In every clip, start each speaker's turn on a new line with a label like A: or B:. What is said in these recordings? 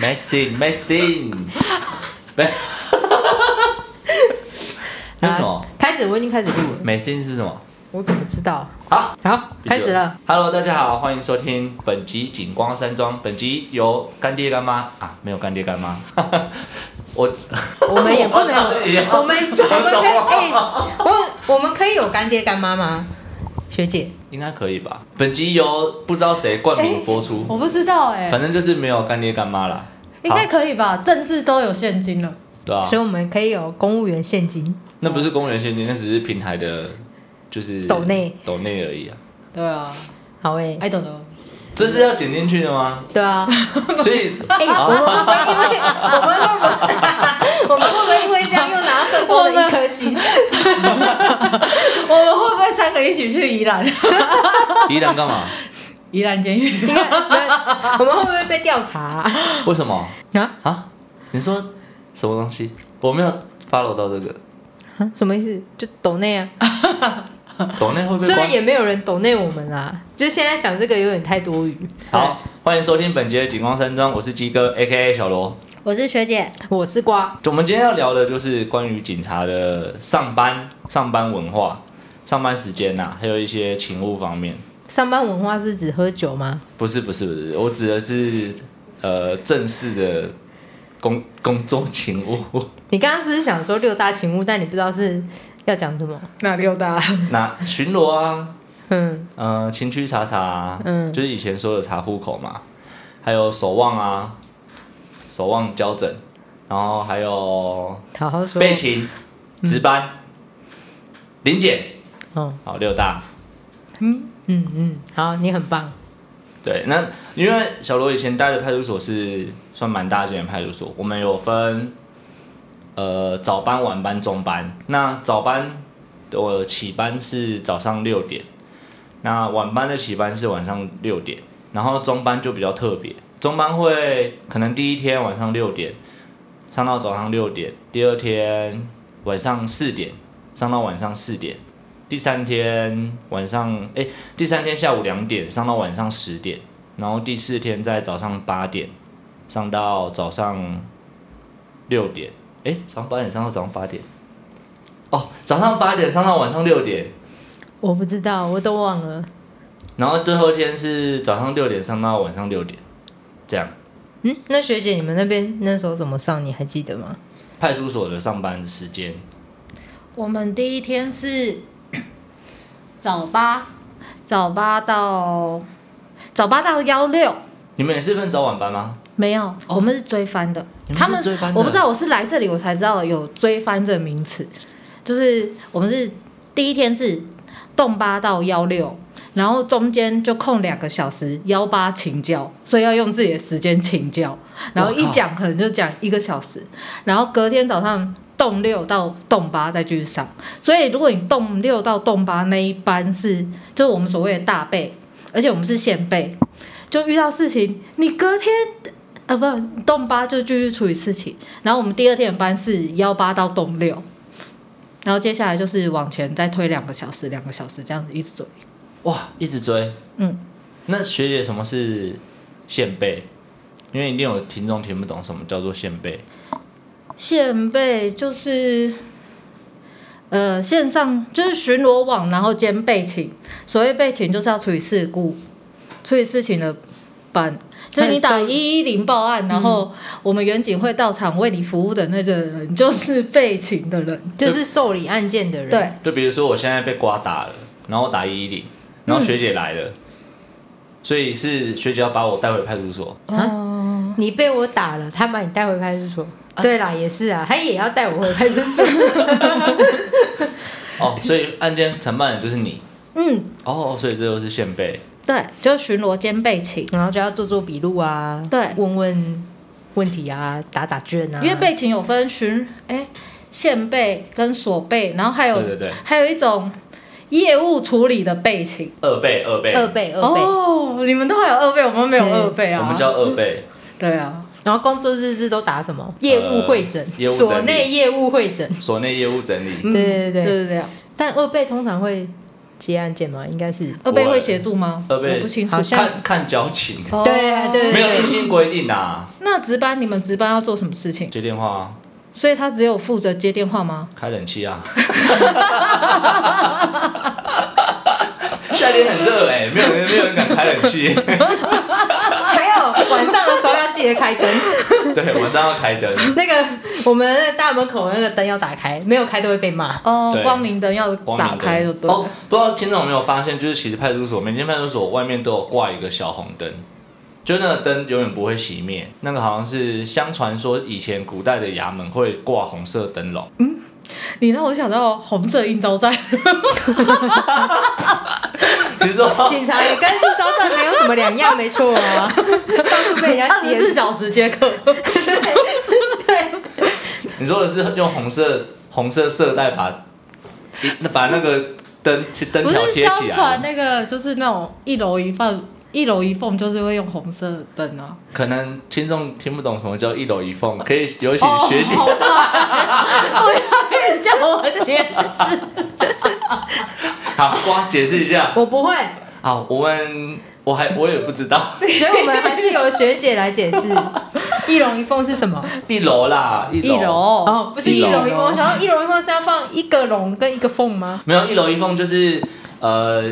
A: Messing，Messing，不是， 那什么
B: 好开始，我已经开始录了，
A: ？Messing 是什么？
B: 我怎么知道？
A: 好，
B: 好，开始了。。
A: Hello，大家好，欢迎收听本集《景光山庄》。本集由干爹干妈啊，没有干爹干妈， 我
B: 我们也不能，我
A: 我
B: 们
A: 们讲
B: 我们
A: 什
B: 可以，
A: 么
B: 哎我我们可以有干爹干妈吗？学姐，
A: 应该可以吧？本集由不知道谁冠名播出，
B: 我不知道哎、
A: 反正就是没有干爹干妈啦。
B: 应该
A: 好
B: 可以吧？政治都有现金了，
A: 对啊，
B: 所以我们可以有公务员现金。
A: 那不是公园现金，那只是平台的，就是
B: 抖内
A: 抖内而已啊。
C: 对啊
B: 好哎、
C: ，I don't know。
A: 这是要剪进去的吗？
B: 对啊，
A: 所以
B: 哎、我们会不会因为我们会 不会我们会不会因为这样又拿到更多的一颗星？
C: 我们会不会三个一起去宜兰？
A: 宜兰干嘛？
C: 宜兰监狱？
B: 应该 我们会不会被调查啊？
A: 为什么
B: 啊
A: 啊？你说什么东西？我没有 follow 到这个，
B: 啊什么意思？就抖内啊？
A: 抖内会不会
B: 虽
A: 关
B: 然？也没有人抖内我们啦，就现在想这个有点太多余。
A: 好，欢迎收听本节的《景光山庄》，我是鸡哥 A K A 小罗。
C: 我是学姐，
B: 我是瓜，
A: 我们今天要聊的就是关于警察的上班、上班文化、上班时间呐、啊还有一些勤务方面。
B: 上班文化是指喝酒吗？
A: 不是不是不是，我指的是呃正式的工工作勤务。
B: 你刚刚只是想说六大勤务，但你不知道是要讲什么。
C: 哪六大？
A: 那巡逻啊，
B: 嗯，
A: 呃，勤区查查、啊，
B: 嗯
A: 就是以前说的查户口嘛，还有守望啊，守望交整，然后还有
B: 好好说。
A: 备勤、值班、临检，
B: 哦，
A: 好六大。
B: 嗯嗯，好，你很棒。
A: 对，那因为小罗以前待的派出所是算蛮大间的派出所，我们有分呃早班、晚班、中班。那早班的我起班是早上六点，那晚班的起班是晚上六点，然后中班就比较特别，中班会可能第一天晚上六点上到早上六点，第二天晚上四点上到晚上四点，第三天晚上哎。第三天下午两点上到晚上十点，然后第四天在早上八点上到早上六点，诶，早上八点上到早上八点，哦，早上八点上到晚上六点，
B: 我不知道，我都忘了。
A: 然后最后一天是早上六点上到晚上六点，这样
B: 嗯，那学姐，你们那边那时候怎么上？你还记得吗？
A: 派出所的上班时间，
C: 我们第一天是 早八，早八到早八到幺六，
A: 你们也是分早晚班吗？
C: 没有，我们是追番的。
A: 你们
C: 他
A: 是
C: 哦们
A: 追番的
C: 我不知道，我是来这里我才知道有追番这个名词，就是我们是第一天是动八到幺六。然后中间就空两个小时，幺八请教，所以要用自己的时间请教。然后一讲可能就讲一个小时，然后隔天早上动六到动八再继续上。所以如果你动六到动八那一班是，就是我们所谓的大背，而且我们是现背，就遇到事情，你隔天啊，不，动八就继续处理事情。然后我们第二天的班是幺八到动六，然后接下来就是往前再推两个小时，两个小时这样子一直走。
A: 哇，一直追，
C: 嗯，
A: 那学姐什么是现背？因为一定有听众听不懂什么叫做现背。
C: 现备就是，呃，线上就是巡逻网，然后兼备勤。所谓备勤就是要处理事故、处理事情的班，就是你打
B: 很
C: 一一零报案，然后我们远警会到场为你服务的那个人就是备勤的人。
B: 就是受理案件的人。
C: 对，
A: 就比如说我现在被刮打了，然后我打一一零，然后学姐来了，所以是学姐要把我带回派出所。
C: 哦，
B: 你被我打了，他把你带回派出所。对啦，也是啊，他也要带我回派出所。
A: 哦，所以案件承办人就是你。
C: 嗯，
A: 哦，所以这就是现备。
C: 对，就是巡逻兼备勤。
B: 然后就要做做笔录啊，
C: 对
B: 问问问题啊，打打卷啊，
C: 因为备勤有分巡，哎，现备跟所备，然后还有
A: 对对对
C: 还有一种业务处理的备勤，
A: 二倍，二倍，
C: 二倍二倍。哦，你们都还有二倍，我们没有
B: 嗯
C: 二倍啊。
A: 我们叫二倍。
C: 对啊，
B: 然后工作日志都打什么业务会诊，
A: 呃业务整理
B: 所内业务会诊。嗯
A: 所内业务整理，
B: 对对对
C: 就是这样。
B: 但二倍通常会接案件吗？应该是
C: 二贝会协助吗？
A: 二贝
C: 我不清楚。
B: 好像
A: 看看交情，
C: 哦
B: 对 对
A: 没有硬性规定呐。
C: 那值班你们值班要做什么事情？
A: 接电话
C: 所以他只有负责接电话吗？
A: 开冷气啊。 夏天很热哎、没有人没有人敢开冷气。
D: 还有晚上的时候要记得开灯，
A: 对，晚上要开灯。
D: 那个我们那个大门口那个灯要打开，没有开都会被骂。
C: 哦
A: 对，
C: 光明灯要
A: 光
C: 打
A: 明
C: 开就
A: 灯
C: 对了。
A: 哦，不知道听众有没有发现，就是其实派出所每间派出所外面都有挂一个小红灯，就那个灯永远不会熄灭。那个好像是相传说以前古代的衙门会挂红色灯笼，
C: 你让我想到红色应招站，
A: 你 说
B: 警察也跟招战没有什么两样，没错 啊，到处被人家
C: 二十
B: 接
C: 四小时接客。
A: 你说的是用红色红色色带把一把那个灯灯
C: 不
A: 条
C: 是
A: 贴
C: 相
A: 起
C: 传
A: 来，
C: 那个就是那种一楼一缝，一楼一缝就是会用红色灯啊。
A: 可能听众听不懂什么叫一楼一凤，可以有请
C: 哦，
A: 学姐。
C: 好吧不要一直叫我解释。
A: 好，瓜解释一下。
D: 我不会，
A: 好，我们我还我也不知道。
B: 所以我们还是由学姐来解 释“一龙一凤”是什么。
A: 一楼啦，一
C: 一楼
B: 哦，
D: 不是
A: 一
D: 一
A: 楼
D: 龙一凤，我想要一龙一凤是要放一个龙跟一个凤吗？
A: 没有一楼一凤就是呃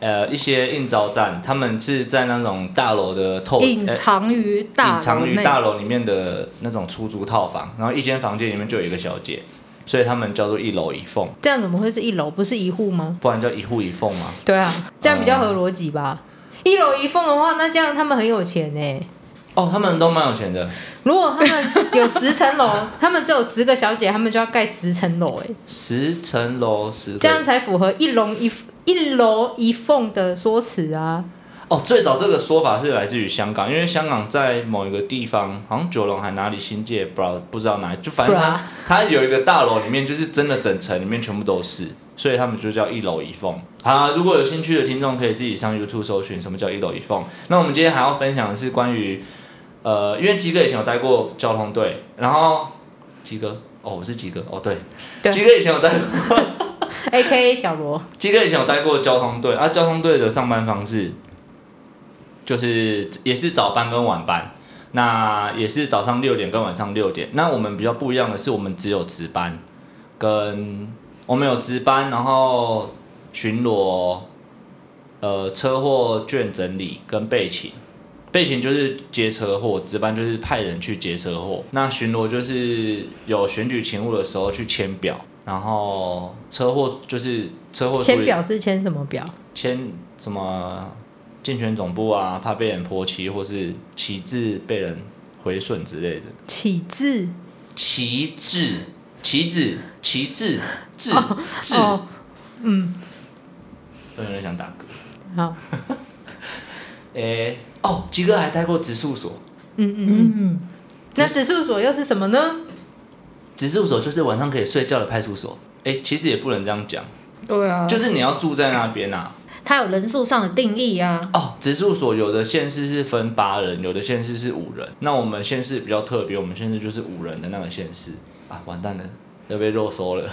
A: 呃一些应招站，他们是在那种大楼的透
C: 隐
A: 呃
C: 藏于大
A: 隐藏
C: 楼
A: 于
C: 内。
A: 大楼里面的那种出租套房，然后一间房间里面就有一个小姐，所以他们叫做一楼一凤，
B: 这样怎么会是一楼？不是一户吗？
A: 不然叫一户一凤嘛。
B: 对啊，这样比较合逻辑吧。一楼一凤的话，那这样他们很有钱呢、
A: 哦，他们都蛮有钱的，
B: 如果他们有十层 楼，他们只有十个小姐，他们就要盖十层楼，哎，
A: 十层楼十个
B: 这样才符合一龙一一楼一凤的说辞啊。
A: 哦，最早这个说法是来自于香港，因为香港在某一个地方，好像九龙还哪里新界，不知道不知道哪里，就反正它它有一个大楼里面，就是真的整层里面全部都是，所以他们就叫一楼一凤。好啊，如果有兴趣的听众可以自己上 YouTube 搜寻什么叫一楼一凤。那我们今天还要分享的是关于，呃，因为吉哥以前有待过交通队，然后吉哥，哦，我是吉哥，哦对，
B: 对
A: 吉哥以前有待
B: A K A 小罗，
A: 基哥以前有待过交通队，啊，交通队的上班方式就是也是早班跟晚班，那也是早上六点跟晚上六点。那我们比较不一样的是，我们只有值班，跟我们有值班，然后巡逻，呃，车祸卷整理跟备勤。备勤就是接车祸，值班就是派人去接车祸。那巡逻就是有选举勤务的时候去签表，然后车祸就是车祸处理
B: 签表是签什么表？
A: 签什么竞选总部啊，怕被人泼漆或是旗帜被人毁损之类的。
B: 启智
A: 旗帜，旗帜，旗帜，字字，
B: 哦，
A: 突然有点想打嗝。
B: 好，
A: 诶、哦，吉哥还待过植树所，
B: 嗯嗯嗯。
C: 嗯，
B: 那指数所又是什么 呢？
A: 植树所就是晚上可以睡觉的派出所。诶、其实也不能这样讲，
C: 对啊，
A: 就是你要住在那边啊。
C: 它有人数上的定义啊。
A: 哦，植树所有的县市是分八人，有的县市是五人。那我们县市比较特别，我们县市就是五人的那个县市啊，完蛋了，要被肉收了。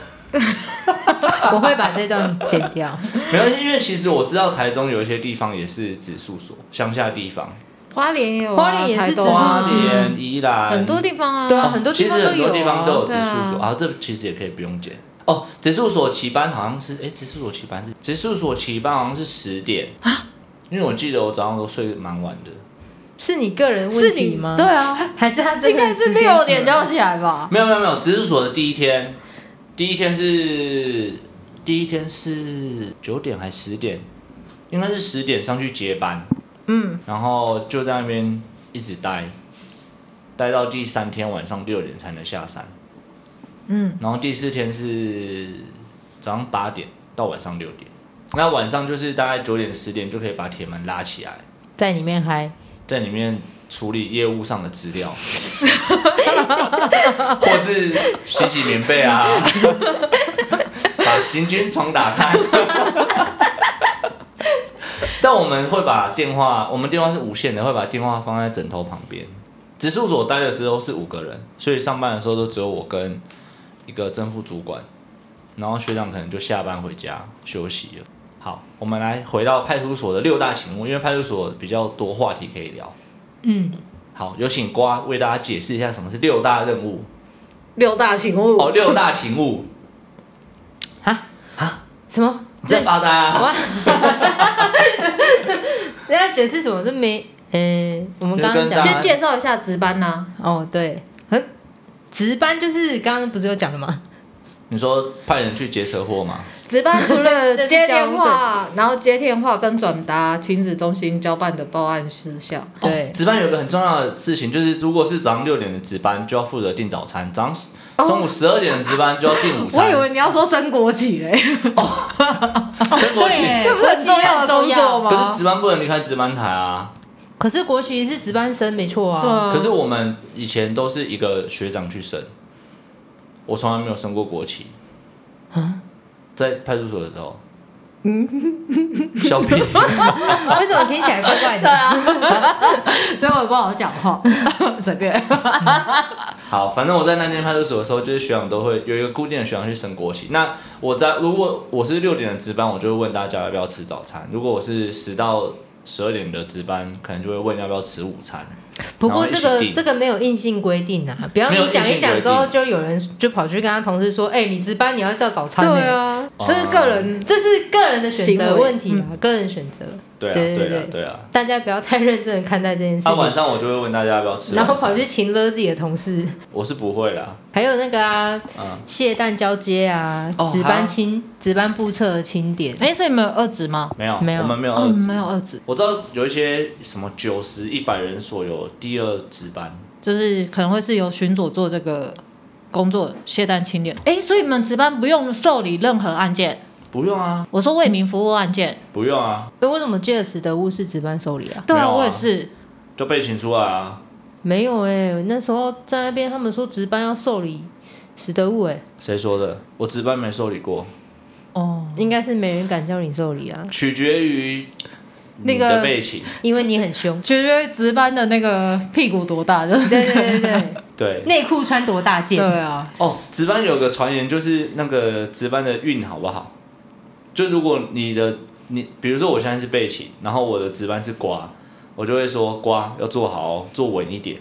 B: 我会把这段剪掉。
A: 没关系，因为其实我知道台中有一些地方也是指数所，乡下地方，
C: 花莲也有啊，
B: 花莲也是
C: 台中
A: 花
C: 啊，
A: 莲、宜兰，
C: 很多地方啊。
B: 对啊
A: 哦
B: 很多地
A: 其实
B: 方都有啊
A: 很多地方都有指
C: 对啊
A: 数所啊，这其实也可以不用剪。哦，指数所起班好像是，哎，指数所起班是，指数所起班好像是十点
C: 啊
A: 因为我记得我早上都睡蛮晚的，
B: 是你个人问题吗？
C: 对，啊，
B: 还是他真的
C: 应该
B: 直
C: 是
B: 接
C: 六
B: 起
C: 点就要起来
B: 哦
C: 吧？
A: 没有没有没有，指数所的第一天，第一天是第一天是九点还十点，应该是十点上去接班，
B: 嗯，
A: 然后就在那边一直待，待到第三天晚上六点才能下山，
B: 嗯，
A: 然后第四天是早上八点到晚上六点，那晚上就是大概九点十点就可以把铁门拉起来，
B: 在里面嗨。
A: 在里面处理业务上的资料，或是洗洗棉被啊，把行军床打开。但我们会把电话，我们电话是无线的，会把电话放在枕头旁边。植树所待的时候是五个人，所以上班的时候都只有我跟一个正副主管，然后学长可能就下班回家休息了。好，我们来回到派出所的六大醒目，因为派出所比较多话题可以聊。
C: 嗯，
A: 好，有请瓜为大家解释一下什么是六大任务
C: 六大醒悟。
A: 哦，六大醒悟。
B: 什么？
A: 你在发呆啊？
B: 人家解释什么？这没，嗯、我们
A: 就
B: 刚刚
A: 跟
B: 讲
A: 大
C: 先介绍一下值班呐、
B: 哦，对，可值班就是刚刚不是有讲了吗？
A: 你说派人去劫车祸吗？
C: 值班除 了
B: 这是交
C: 接电话，然后接电话跟转达亲子中心交办的报案事项。
B: 对
A: 哦，值班有个很重要的事情，就是如果是早上六点的值班，就要负责订早餐；早上中午十二点的值班就要订午
C: 哦 我
A: 餐。
C: 以为你哦要说升国旗嘞，
A: 升国旗
B: 对
C: 这不是很重要的工作
A: 可
C: 吗
A: 是？值班不能离开值班台啊。
B: 可是国旗是值班生，没错
C: 对
B: 啊。
C: 啊，
A: 可是我们以前都是一个学长去升，我从来没有升过国旗。
B: 啊
A: 在派出所的时候，小 屁，
C: 啊
B: 为什么听起来怪怪的？
C: 所以我也不好讲话， 随便。
A: 好，反正我在那间派出所的时候，就是学长都会有一个固定的学长去升国旗。那我在如果我是六点的值班，我就会问大家要不要吃早餐；如果我是十到十二点的值班，可能就会问要不要吃午餐。
B: 不过这
A: 然后
B: 个
A: 一起订
B: 这个没有硬性规定啊，比方
A: 没有
B: 你讲一讲之
A: 硬性规
B: 后，
A: 定
B: 就有人就跑去跟他同事说：“哎、你值班你要叫早餐、欸。”
C: 对，啊，
A: 哦
C: 这是个人
B: 这是个人的选择
C: 行为
B: 问题啊，个人选择，
A: 对啊，
B: 对对
A: 对啊
B: 对，
A: 对啊。
B: 大家不要太认真的看待这件事
A: 那、晚
B: 情。
A: 上我就会问大家要不要吃晚
B: 然
A: 餐，
B: 后跑去勤勒自己的同事，
A: 我是不会啦，
B: 还有那个啊，
A: 嗯，
B: 卸弹交接啊
A: 哦，
B: 值
A: 还要
B: 班清值班部测清点，
C: 哎，所以你们有二职吗？
A: 没有，
B: 没有
A: 我们没有呃二
C: 嗯，
A: 职
C: 没有二职，
A: 我知道有一些什么九十、一百人所有第二值班，
C: 就是可能会是由巡佐做这个工作，卸担清点。哎，所以你们值班不用受理任何案件，
A: 不用啊，
C: 我说为民服务案件。
A: 不用啊，
B: 哎，为什么 JS 的物是值班受理啊？
C: 对
A: 没有啊
C: 我也是。
A: 就被请出来啊。
B: 没有哎、那时候在那边他们说值班要受理史德物哎、
A: 谁说的？我值班没受理过，
C: 哦，
B: 应该是没人敢叫你受理啊，
A: 取决于你
C: 那
A: 的
C: 个。
A: 被请。
B: 因为你很凶
C: 觉得值班的那个屁股多大就是
B: 对对对对，
A: 对
B: 内裤穿多大件？
C: 对啊，
A: 哦，值班有个传言就是那个值班的运好不好？就如果你的你，比如说我现在是被请，然后我的值班是瓜，我就会说瓜要做好哦，做稳一点，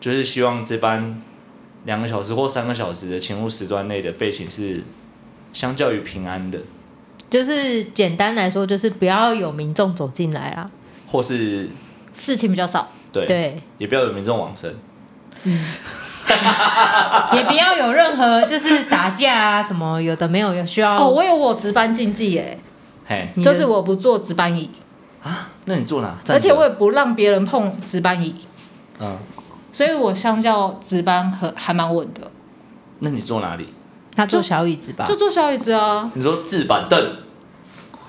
A: 就是希望这班两个小时或三个小时的勤务时段内的被请是相较于平安的，
B: 就是简单来说，就是不要有民众走进来啦。
A: 或是
C: 事情比较少。
A: 对，
B: 对，
A: 也不要有民众往生。
B: 也不要有任何就是打架啊什么有的没有，有需要
C: 哦，我有我值班禁忌耶，
A: 嘿，
B: 你的
C: 就是我不坐值班椅，
A: 那你坐哪？站
C: 而且
A: 着
C: 我也不让别人碰值班椅，
A: 嗯，
C: 所以我相较值班和还蛮稳的，
A: 那你坐哪里？
B: 他坐小椅子吧，
C: 就坐小椅子啊。
A: 你说自板凳，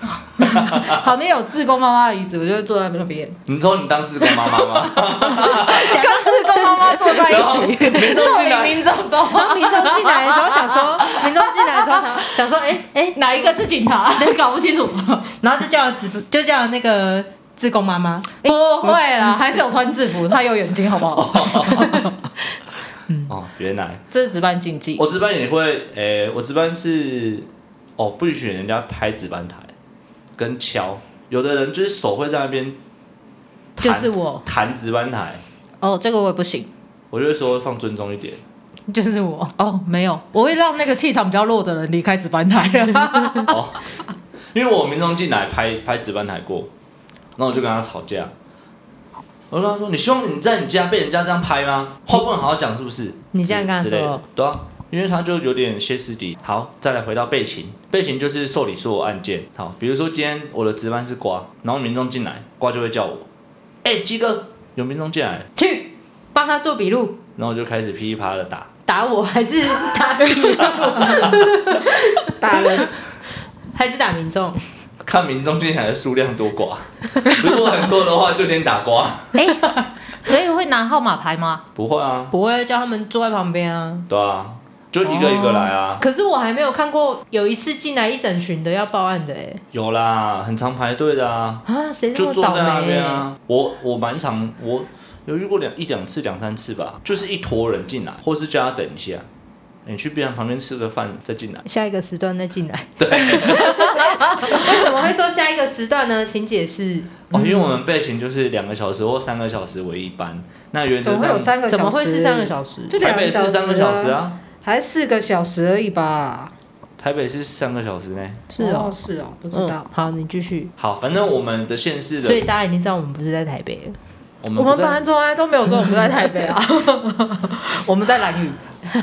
C: 好，那有自工妈妈的椅子，我就会坐在那 边，
A: 你说你当自工妈妈吗？
C: 跟自工妈妈坐在一起， 受
A: 进来
C: 理民众包。
B: 然后民众进来的时候想 说， 民众进来的时候想想说，哎、哎、
C: 哪一个是警 察？搞不清楚。
B: 然后就叫了子，就叫了那个自贡妈妈。
C: 不会啦，还是有穿制 服，他有眼睛，好不好？
A: 哦，原来。
C: 这是值班禁忌。
A: 我值班也会，诶、我值班是，哦，不允许人家拍值班台，跟敲。有的人就是手会在那边弹，
B: 就是我，
A: 弹值班台，
C: 哦，这个我也不行。
A: 我就会说放尊重一点。
B: 就是我。
C: 哦，没有，我会让那个气场比较弱的人离开值班台。
A: 哦，因为我民众进来拍拍值班台过，然后我就跟他吵架。我就跟他说：“你希望你在你家被人家这样拍吗？话不能好好讲是不是？”
B: 你这样跟他
A: 之类的
B: 说，
A: 对啊，因为他就有点歇斯底。好，再来回到备勤，备勤就是受理所有案件。好，比如说今天我的值班是瓜，然后民众进来，瓜就会叫我：“哎、鸡哥，有民众进来。
B: 去帮他做笔录，”
A: 然后我就开始噼里啪啦的打。
B: 打我还 是打笔录？打人还是打民众？
A: 看民众进来的数量多寡，如果很多的话就先打瓜。
C: 所以会拿号码牌吗？
A: 不会啊，
B: 不会叫他们坐在旁边啊。
A: 对啊，就一个一个来
C: 哦
A: 啊。
B: 可是我还没有看过有一次进来一整群的要报案的哎、
A: 有啦，很常排队的啊，
B: 啊，
C: 哎
B: 谁这
A: 就
B: 么
A: 坐
B: 倒
A: 在那
B: 霉、
A: 边啊。我我蛮常我有遇过两一两次两三次吧，就是一坨人进来，或是叫他等一下，你去便当旁边吃个饭再进来。
B: 下一个时段再进来。
D: 为什么会说下一个时段呢？请解释。
C: 嗯
A: 哦，因为我们备勤就是两个小时或三个小时为一班，那原
C: 怎
A: 则
C: 么会
A: 上
C: 有三个小时？哦
B: 怎么会是三个小时？
C: 就
A: 台
C: 两
A: 北
C: 个
A: 是三个小时，啊，
C: 还四个小时而已吧？
A: 台北是三个小时呢。
B: 是哦，
C: 是哦，不知
B: 嗯
C: 道。，
B: 好，你继续。
A: 好，反正我们的县市
B: 所以
A: 的
B: 大家已经知道我们不是在台北了。
A: 我
C: 我
A: 们不
C: 们本
A: 在
C: 来从来都没有说我们在台北 啊，我们在兰屿。所以我，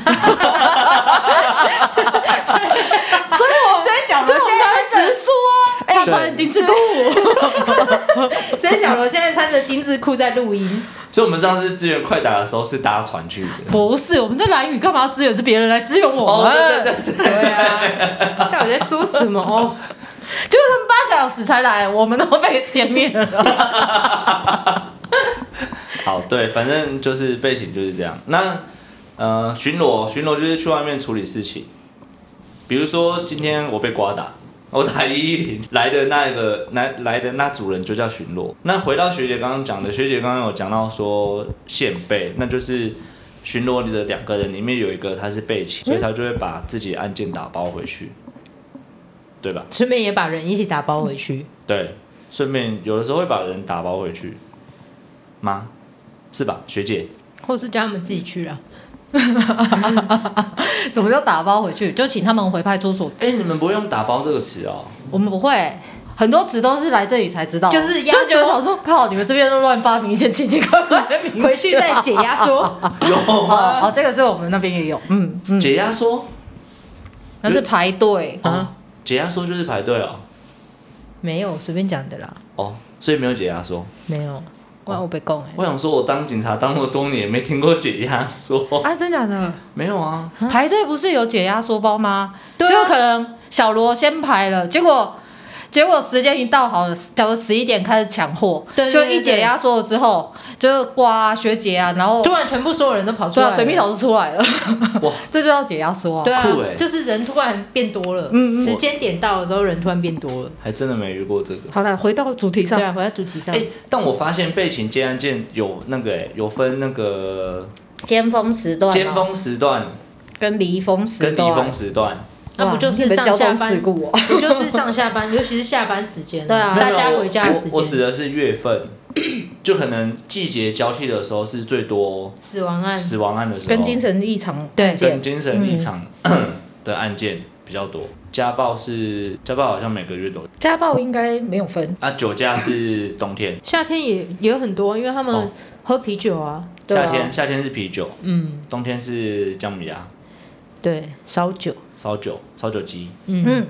D: 所以小罗
C: 所以我
D: 现
C: 们才
D: 在
C: 会直说啊，哎，
A: 对
C: 穿丁字裤，
D: 穿着，所以小罗现在穿着丁字裤在录音。
A: 所以我们上次支援快打的时候是搭船去的。
C: 不是我们在兰屿，干嘛要支援是别人来支援
A: 哦，
C: 我们？
A: 对对对，
D: 对啊，到底在说什么？ 哦，
C: 就是他们八小时才来，我们都被歼灭了。
A: 好对，反正就是备勤就是这样。那呃，巡逻巡逻就是去外面处理事情，比如说今天我被刮打。我打一一零来的那个来来的那组人就叫巡逻。那回到学姐刚刚讲的，学姐刚刚有讲到说宪备，那就是巡逻里的两个人里面有一个他是备勤，所以他就会把自己的案件打包回去，对吧？
B: 顺便也把人一起打包回去。
A: 对，顺便有的时候会把人打包回去吗？是吧，学姐？
B: 或是叫他们自己去了。
C: 什么叫打包回去？就请他们回派出所。
A: 哎、你们不会用“打包”这个词哦。
C: 我们不会，很多词都是来这里才知道，
D: 就是要
C: 就觉得
D: 求
C: 想说，靠，你们这边都乱发明一些奇奇怪怪的名
B: 嗯
C: 字啊
D: 回去再解压 缩。
B: 啊
A: 有
C: 哦
A: 吗？
C: 哦，这个是我们那边也有，嗯嗯，
A: 解压缩
C: 那是排队
B: 嗯
C: 哦
A: 啊，解压缩就是排队哦。
B: 没有，随便讲的啦，
A: 哦，所以没有解压缩。
B: 没有。哇，我被供
C: 欸
B: 哎、
A: 我想说，我当警察当那么多年，没听过解压缩。
C: 啊，真假的？
A: 没有啊，
C: 排队不是有解压缩包吗？
B: 对啊
C: 就可能小罗先排了，结果。结果时间一到好了，假如十一点开始抢货，
B: 对对对
C: 就一解压缩了之后，就是瓜、啊、学姐啊，然后
B: 突然全部所有人都跑出
C: 对
B: 来
C: 啊，
B: 了，
C: 水蜜桃就出来了，
A: 哇，
C: 这就叫解压缩啊。
B: 对啊
A: 酷欸，
B: 就是人突然变多了，
C: 嗯嗯
B: 时间点到了之后人突然变多了，
A: 还真的没遇过这个。
C: 好了，回到主题上
B: 对，啊，回到主题上
A: 哎、，但我发现被情接案件有那个、欸，有分那个
C: 尖峰时段、哦
A: 尖峰时段
C: 跟离峰时
A: 跟
C: 段，
A: 低峰时段。
B: 那不就是
C: 哇你们
B: 上
C: 交
B: 下
C: 通
B: 班
C: 事故哦？
B: 不就是上下班， 尤其是下班时间，
C: 对啊
A: 没有
B: 大家
A: 没有
B: 回家的时
A: 我我我指
B: 间，
A: 的是月份， 就可能季节交替的时候是最多
B: 死亡案，
A: 死亡案的时候，
C: 跟精神异常
B: 对
A: 跟
C: 案件，
A: 精神异常的案件比较多。家暴是家暴，好像每个月都有
C: 家暴应该没有分。
A: 啊。酒驾是冬 天，
B: 夏天也也有很多，因为他们
A: 哦
B: 喝啤酒啊，
C: 对啊
A: 夏天夏天是啤酒，
B: 嗯，
A: 冬天是姜母鸭、
B: 对，烧酒，
A: 烧酒、烧酒鸡，
B: 嗯，
C: 嗯，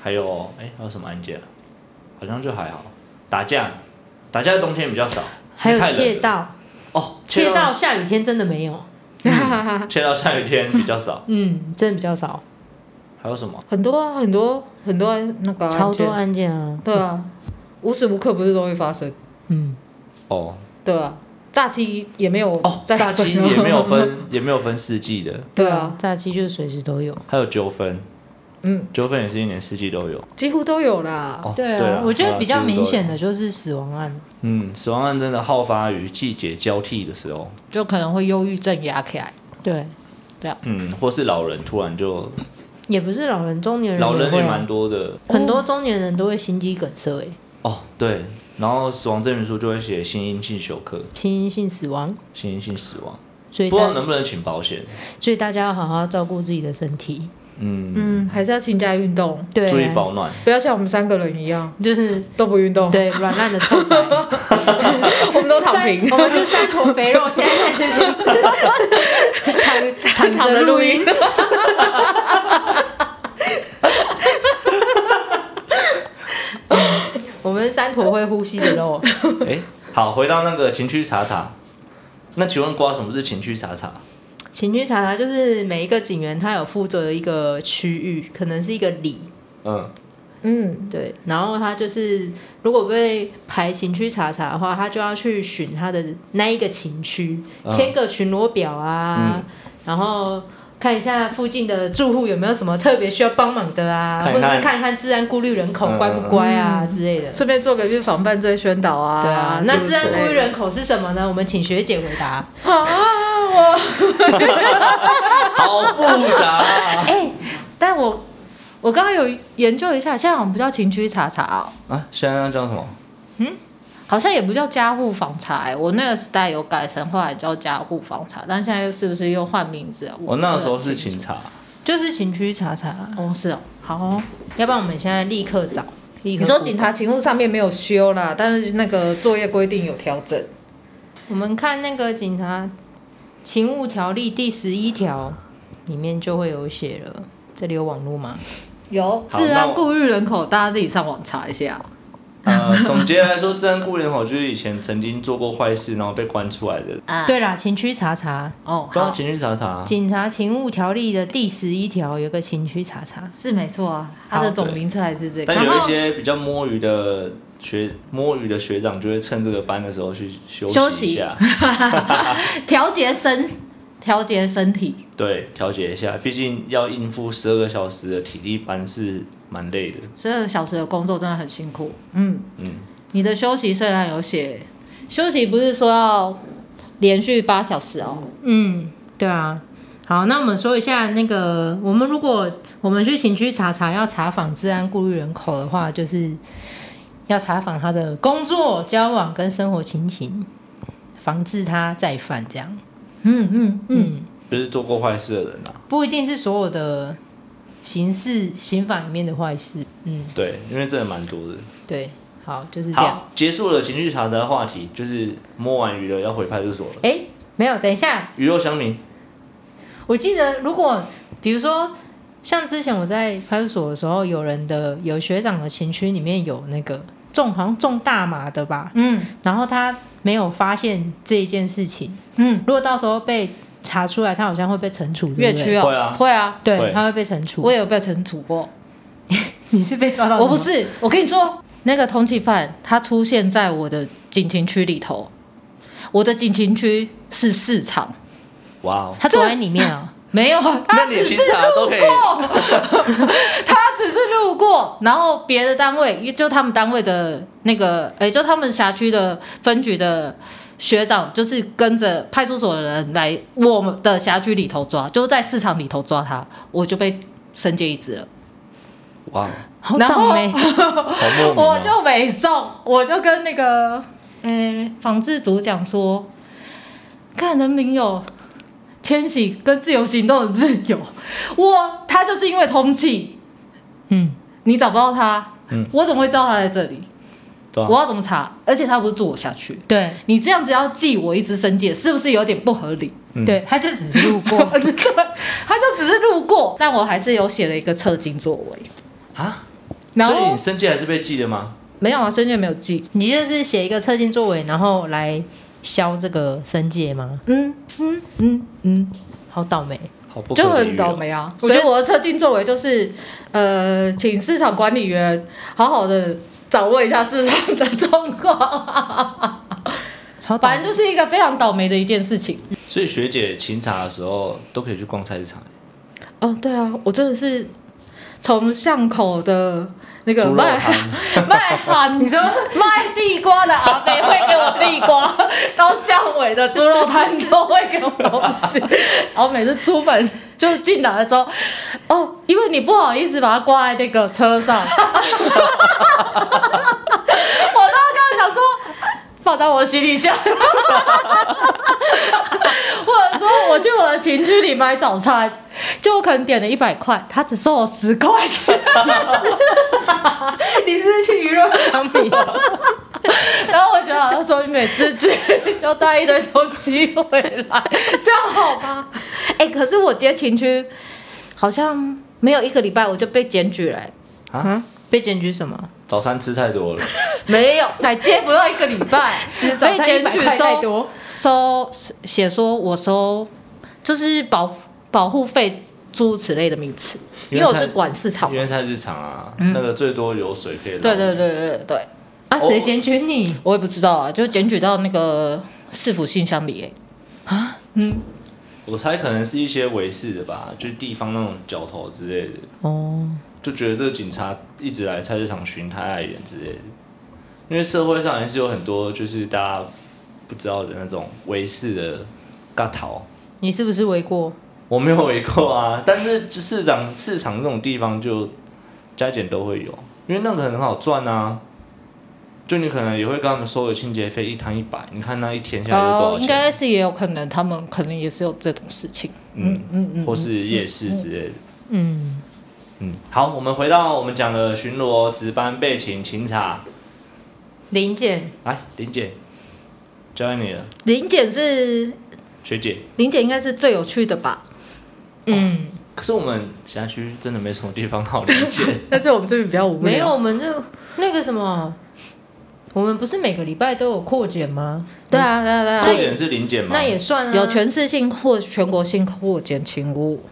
A: 还有哎、还有什么案件啊？好像就还好。打架，打架冬天比较少。
B: 还有
A: 太冷了
B: 窃盗，
A: 哦，
B: 窃
A: 切
B: 盗下雨天真的没有，
C: 嗯
A: 切到下雨天比较少。
B: 嗯，真的比较少，
A: 还有什么？
C: 很多啊，很多很多那个案件
B: 超多，案件啊，
C: 对啊，无时无刻不是都会发生，
B: 嗯。
A: 哦，
C: 对啊，诈欺也没有
A: 哦，
C: 在
A: 炸鸡也 没有，分，也没有分四季的，
C: 对啊，，
B: 炸鸡就随时都有。
A: 还有纠纷，
C: 嗯，
A: 纠纷也是一年四季都有。
C: 几乎都有啦。
A: 哦，
B: 对
A: 啊
B: 啊，，我觉得比较明显
A: 的，
B: 的就是死亡案，
A: 嗯，死亡案真的好发于季节交替的时候，
C: 就可能会忧郁症压起来，
B: 对，
A: 嗯，或是老人突然就，
B: 也不是老人，中年人
A: 老人
B: 会
A: 也
B: 啊
A: 蛮多的。
B: 很多中年人都会心肌梗塞，哎，
A: 哦，对，然后死亡证明书就会写心因性休克、
B: 心因性死亡，
A: 心因性死亡，
B: 所以
A: 不知道
B: 大
A: 能不能请保险，
B: 所以大家要好好照顾自己的身体，
A: 嗯，
C: 嗯，还是要勤加运动，
B: 对，啊
A: 注意保 暖。
C: 不要像我们三个人一样
B: 就是
C: 都不运动，
B: 对软烂的 臭仔，
C: 我们都躺
D: 三
C: 平，
D: 我们这三坨肥肉现在在这边躺
C: 躺着录音。
B: 我们是三坨会呼吸的肉，
A: 哎，好，回到那个情趣查查，那请问瓜什么是情趣查查？
B: 情绪查查就是每一个警员他有负责一个区域，可能是一个里，
A: 嗯，
C: 嗯，
B: 对，然后他就是如果被排情区查查的话，他就要去巡他的那一个情区，
A: 嗯
B: 签个巡逻表啊，然后看一下附近的住户有没有什么特别需要帮忙的啊，
A: 看
B: 或者
A: 看
B: 是看一看治安顾虑人口
A: 嗯
B: 乖不乖啊、之类的。
C: 顺便做个预防犯罪宣导啊，
B: 对啊，那
C: 诸如
B: 治安
C: 此类
B: 顾虑
C: 的
B: 人口是什么呢？我们请学姐回答。
C: 啊，我
B: 我
A: 好复杂啊！
C: 哎、但我我刚刚有研究一下，现在好像不叫情趣查查哦，
A: 啊，现在叫什么？
C: 好像也不叫家户访查、哎，我那个时代有改成后来叫家户访查，但现在又是不是又换名字啊？
A: 我
C: 不是
A: 那个
C: 很
A: 时候是
C: 清
A: 警
C: 楚
A: 察，
B: 就是情趣查查，
C: 哦，是哦，好哦。
B: 要不然我们现在立刻找。立刻
C: 你说
B: Google
C: 警察勤务上面没有修啦，但是那个作业规定有调整。
B: 我们看那个《警察勤务条例》第十一条里面就会有写了。这里有网络吗？
C: 有
A: 好
C: 治
A: 那我
C: 安顾虑人口，大家自己上网查一下。
A: 呃，总结来说，自然顾人口就是以前曾经做过坏事，然后被关出来的人。
C: 啊，
B: 对啦，情趣查查，
C: 哦，
A: 对啊，
C: 好，
A: 警局查查，
B: 《警察勤务条例》的第十一条有个情趣查查，
C: 是没错啊，它的
B: 好
C: 总名称还是这个。
A: 但
C: 然
A: 有一
C: 后
A: 些比较摸鱼的学摸鱼的学长，就会趁这个班的时候去休
C: 休
A: 息
C: 息
A: 一下，
C: 调节身，调节身体，
A: 对，调节一下。毕竟要应付十二个小时的体力班是蛮累的。
C: 十二个小时的工作真的很辛苦。嗯，
A: 嗯，
C: 你的休息虽然有写，休息不是说要连续八小时哦，
B: 嗯，对啊。好，那我们说一下那个，我们如果我们去刑区查查，要查访治安顾虑人口的话，就是要查访他的工作、交往跟生活情形，防治他再犯。这样
C: 嗯嗯嗯，
A: 就是做过坏事的人啊，
B: 不一定是所有的刑事刑法里面的坏事。嗯，
A: 对，因为真的蛮多的。
B: 对，好，就是这样。
A: 好，结束了情绪查查的话题，就是摸完鱼了要回派出所了。
B: 哎，没有，等一下，
A: 鱼肉乡民，
B: 我记得，如果比如说像之前我在派出所的时候，有人的有学长的情区里面有那个中好像中大麻的吧，
C: 嗯
B: 然后他没有发现这一件事情，
C: 嗯，
B: 如果到时候被查出来，他好像会被惩处，对不对
C: 越区哦，
A: 会啊
C: 会啊，
A: 会
B: 对，他会被惩处。
C: 我也有被惩处过。
B: 你是被抓到的吗，
C: 我不是，我跟你说，那个通缉犯他出现在我的警情区里头，我的警情区是市场，
A: 哇哦，
B: 他走在里面啊、
C: 没有，
A: 那
C: 他
A: 你
C: 只是
A: 清查都可以，
C: 他只是路过，然后别的单位就他们单位的那个，哎、就他们辖区的分局的学长，就是跟着派出所的人来我们的辖区里头抓，就是在市场里头抓他，我就被升阶一职了。
A: 哇哦，
B: 好
C: 然后
B: 倒霉。
A: 好莫名、哦。
C: 我就没送，我就跟那个呃纺织组讲说，看人民有迁徙跟自由行动的自由，我他就是因为通气，
B: 嗯，
C: 你找不到他，
A: 嗯
C: 我怎么会知道他在这里？
A: 对啊
C: 我要怎么查？而且他不是住我辖区，
B: 对
C: 你这样子要记我一直申诫，是不是有点不合理？。
A: 嗯
B: 对，他就只是路过
C: 对， 他就只是路过，但我还是有写了一个侧经作为，
A: 啊，
C: 然
A: 所以
C: 后
A: 你生气还是被记的吗？
C: 没有啊，申诫没有记，
B: 你就是写一个测进作为，然后来消这个申诫吗？
C: 嗯嗯嗯嗯，
B: 好倒霉。
A: 好不可
C: 就
A: 理
C: 很
A: 喻
C: 倒
A: 哦。
C: 霉啊。
B: 我
C: 所
B: 觉
C: 以
B: 得
C: 我的测进作为就是，呃，请市场管理员好好的掌握一下市场的状 况。
B: 超倒霉
C: 反正就是一个非常倒霉的一件事情。
A: 所以学姐勤查的时候都可以去逛菜市场，
C: 哦，对啊，我真的是从巷口的那个
A: 猪肉
C: 卖
A: 摊
C: 卖喊你说 卖地瓜的阿伯会给我地瓜，到巷尾的猪肉摊都会给我东西。然后每次出门就进来的时候，哦，因为你不好意思把它挂在那个车上，我 都跟他讲说放到我行李箱。 或者说我去我的情区里买早餐，就我可能点了一百块，他只收我十块 钱，
B: 你是不是去娱乐场比？
C: 然后我学长就说你每次去就带一堆东西回来，这样好吗？哎、可是我接情区好像没有一个礼拜我就被检举了、哎嗯
A: 啊，
B: 被检举什么？
A: 早餐吃太多了，
C: 没 有，才接不到一个礼拜，
B: 只
C: 被检举收
B: 多。
C: 收写说我收就是保保护费诸如此类的名词，因为我是管市场
A: 因
C: 嘛，
A: 为菜市场啊，那个最多有水可以捞。
C: 嗯对对对对对。
B: 啊，
A: 哦
B: 谁 检举你？
C: 我也不知道啊，就检举到那个市府信箱里、欸。
A: 我猜可能是一些违事的吧，就是地方那种角头之类的，
B: 哦，
A: 就觉得这个警察一直来菜市场巡太碍眼之类的。因为社会上还是有很多就是大家不知道的那种违事的尬逃，
B: 你是不是违过？
A: 我没有违过啊，但是市场市场这种地方就加减都会有，因为那个很好赚啊。就你可能也会跟他们收个清洁费，一摊一百，你看那一天下来
C: 呃
A: 就多
B: 哦
A: 少，
B: 应
A: 钱？
B: 该是也有可能，他们可能也是有这种事情。
A: 嗯
B: 嗯嗯
A: 或是夜市之类的。
B: 嗯，
A: 嗯，好，我们回到我们讲的巡逻、值班、备勤、勤查。
B: 零检，
A: 来，林姐，交给你了，
C: 零检是
A: 学姐。
C: 零检应该是最有趣的吧？
B: 嗯，
A: 可是我们辖区真的没什么地方好理解
C: 但是我们这边比较无聊，
B: 没有，我们就那个什么，我们不是每个礼拜都有扩检吗？
C: 对啊对啊对啊，
A: 扩检是零检吗？
B: 那也算啊，
C: 有全市性或全国性或减轻污，